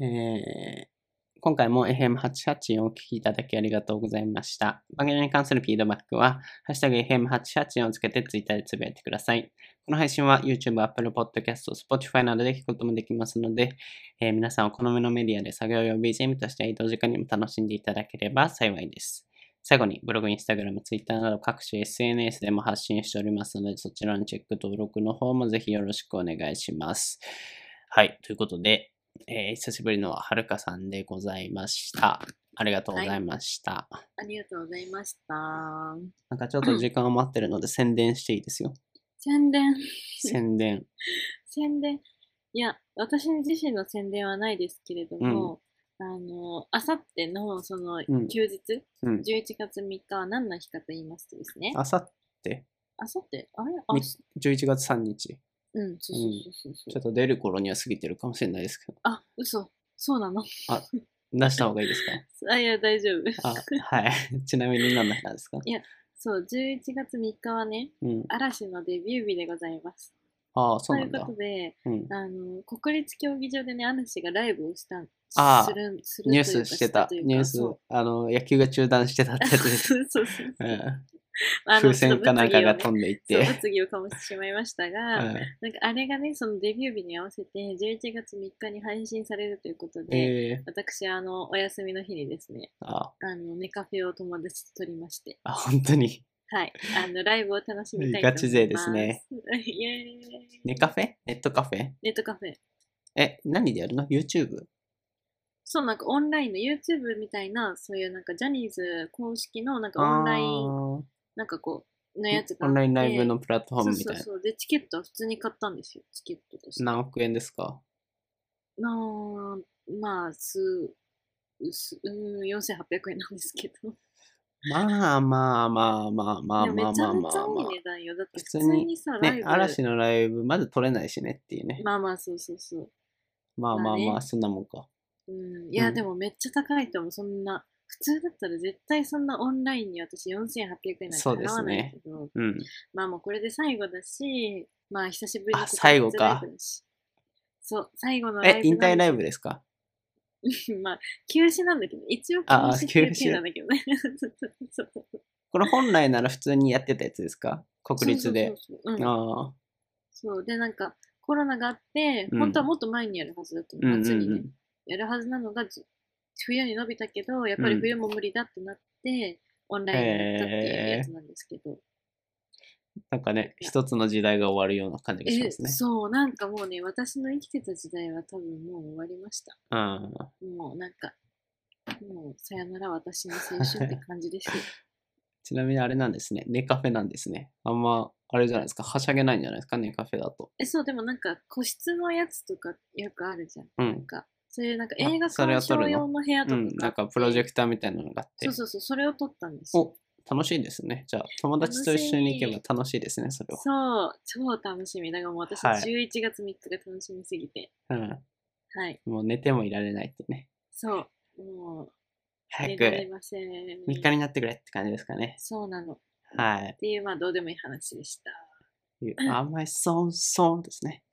S1: えー今回も FM884 をお聞きいただきありがとうございました。番組に関するフィードバックは、ハッシュタグ FM884 をつけてツイッターでつぶやいてください。この配信は YouTube、Apple Podcast、Spotify などで聞くこともできますので、えー皆さんお好みのメディアで作業用 BGM として移動時間にも楽しんでいただければ幸いです。最後にブログ、インスタグラム、ツイッターなど各種 SNS でも発信しておりますので、そちらのチェック登録の方もぜひよろしくお願いします。はい、ということで、えー久しぶりのはるかさんでございました。ありがとうございました。
S2: ありがとうございました。
S1: なんかちょっと時間を待ってるので宣伝していいですよ。
S2: 宣伝、
S1: 宣伝。
S2: 宣伝。いや、私自身の宣伝はないですけれども、あの、あさってのその
S1: うん
S2: 休日、
S1: うん。
S2: 11月3日は何の日かと言いますとですね、
S1: あさって、
S2: あさって、あれあ
S1: み11月3日。
S2: うん、そうそうそうそう
S1: ちょ
S2: そ
S1: っと
S2: う。
S1: 出る頃には過ぎてるかもしれないですけど。
S2: あ、嘘。そうなの
S1: 出した方がいいです
S2: あ、いや、大丈
S1: か
S2: 夫
S1: あ。はい。 ちなみに何の日なんですか
S2: そう、11月3日はね、
S1: うん。
S2: 嵐のデビュー日でございます。
S1: ああ、そ
S2: と
S1: うなん
S2: いうこ
S1: だ
S2: と。で、
S1: うん。
S2: あの、国立競技場でね、嵐がライブをしたん、
S1: あー
S2: する、する
S1: ニュー
S2: という
S1: ス
S2: か
S1: してた。
S2: というか
S1: ニュース
S2: そ、
S1: あの、野球が中断してたって
S2: う
S1: やつ
S2: そう
S1: です。
S2: そうそうそう。
S1: うん。
S2: あの
S1: 風船かなんかが飛
S2: ん
S1: んでいっ
S2: で。
S1: て
S2: そう。物議をかもしてしまいました
S1: う
S2: が、なんか
S1: ん
S2: あれがね、そのデビュー日に合わせて、11月3日に配信されるということで、
S1: えー、
S2: 私、あの、お休みの日にですね、
S1: あ、
S2: あの、ネカフェを友達と撮りまして、
S1: あ本当に。
S2: はい、あの、ライブを楽しみたいと思いま
S1: ガ
S2: す。
S1: チ勢ですね。
S2: イエーイ。
S1: ネカフェネットカフェ
S2: ネットカフェ。
S1: え、何でやるの ?YouTube?
S2: そう、なんかオンラインの YouTube みたいな、そういうなんかジャニーズ公式のなんかオンライン、
S1: ン
S2: なんかこう、のやつが
S1: オンラインライブの
S2: プ
S1: プラットフォームみたい
S2: そう
S1: な。
S2: そうそう。で、チケットは普通に買ったんですよ、チケットとして。な
S1: 何億円ですか
S2: あまあ、す、す うーん、4800円なんです けど。
S1: まあまあまあまあまあ
S2: いや
S1: まあ
S2: めち
S1: ま
S2: ゃ
S1: あ
S2: め
S1: ま
S2: ちゃ
S1: あま
S2: いい値段よ。だって
S1: 普
S2: 普
S1: 通
S2: 通
S1: に
S2: にさ、
S1: あ。
S2: ライ
S1: ね、
S2: ブ。
S1: 嵐のライブまず取れないしねっていうね。
S2: まあまあ、そうそうそう。
S1: まあま
S2: ま
S1: あ
S2: あね
S1: まあ、そんなもんか。
S2: うん、いや、
S1: うん
S2: でもめっちゃ高いと思う。そんな、普通だったら絶対そんなオンラインに私4800円なんて
S1: そうで
S2: 払
S1: す
S2: わない
S1: ね
S2: けど、
S1: うん。
S2: まあもうこれで最後だし、まあ久しぶり
S1: あ
S2: にここ
S1: 最後か
S2: ライブだし。そう、最後のライブ
S1: え、引退ライ
S2: ブ
S1: ブですか
S2: まあ、休止なんだけど、一応休
S1: あ
S2: 止っていう
S1: 休止
S2: 件なんだけどね。 そうそうそう
S1: これ本来なら普通にやってたやつですか国立で。
S2: そうそうそううん
S1: ああ。
S2: そう、で、なんか、コロナがあって、
S1: うん
S2: 本当はもっと前にやるはずだった
S1: うん
S2: の、
S1: うんう
S2: 夏にね
S1: ん。。
S2: やるはずなのがじ冬に伸びたけど、やっぱり冬も無理だってなって、オンラインになったっていうやつなんですけど。
S1: なんかね、一つの時代が終わるような感じがしますね。
S2: そう、なんかもうね、私の生きてた時代は多分もう終わりました。
S1: うん。
S2: もうなんか、もうさよなら私の青春って感じ ですよ。
S1: ちなみにあれなんですね。ネカフェなんですね。あんま、あれじゃないですか。はしゃげないんじゃないですか、ネカフェだと。
S2: え、そう、でもなんか個室のやつとかよくあるじゃん。
S1: う
S2: なん
S1: ん。
S2: か、そういうなんか
S1: あ
S2: 映画
S1: それは
S2: 鑑
S1: 撮る
S2: 賞
S1: の
S2: 用の部屋と
S1: う
S2: か
S1: ん、なんかプロジェクターみたいなのがあって。
S2: そうそうそう、それを撮ったんですよ。
S1: お楽しいですね。じゃあ、友達と一緒に行けば楽しいですね、それは。
S2: そう、超楽しみ。だからもう私、
S1: はい
S2: 11月3日が楽しみすぎて。
S1: うん。
S2: はい。
S1: もう寝てもいられないってね。
S2: そう、もう、
S1: 早
S2: 寝
S1: く
S2: られ
S1: 3
S2: ません。
S1: 日になってくれって感じですかね。
S2: そうなの。っ
S1: はい。
S2: ていう、まあ、どうでもいい話でした。
S1: 甘いソンソンですね。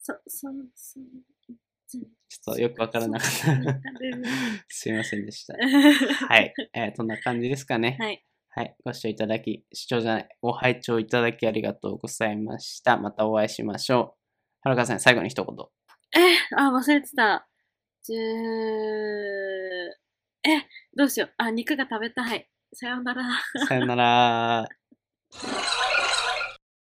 S2: そ、そ、そ、
S1: ちょっとよくわからなかった。すいませんで した。
S2: は
S1: は。い。えー、そんな感じですかね。
S2: はい。
S1: はい。ご視聴いただき、視聴じゃない、ご拝聴いただきありがとうございました。またお会いしましょう。はるかさん、最後に一言。
S2: あ、忘れてた。じゅー、え、どうしよう。あ、肉が食べたい。さようなら。
S1: さよなら。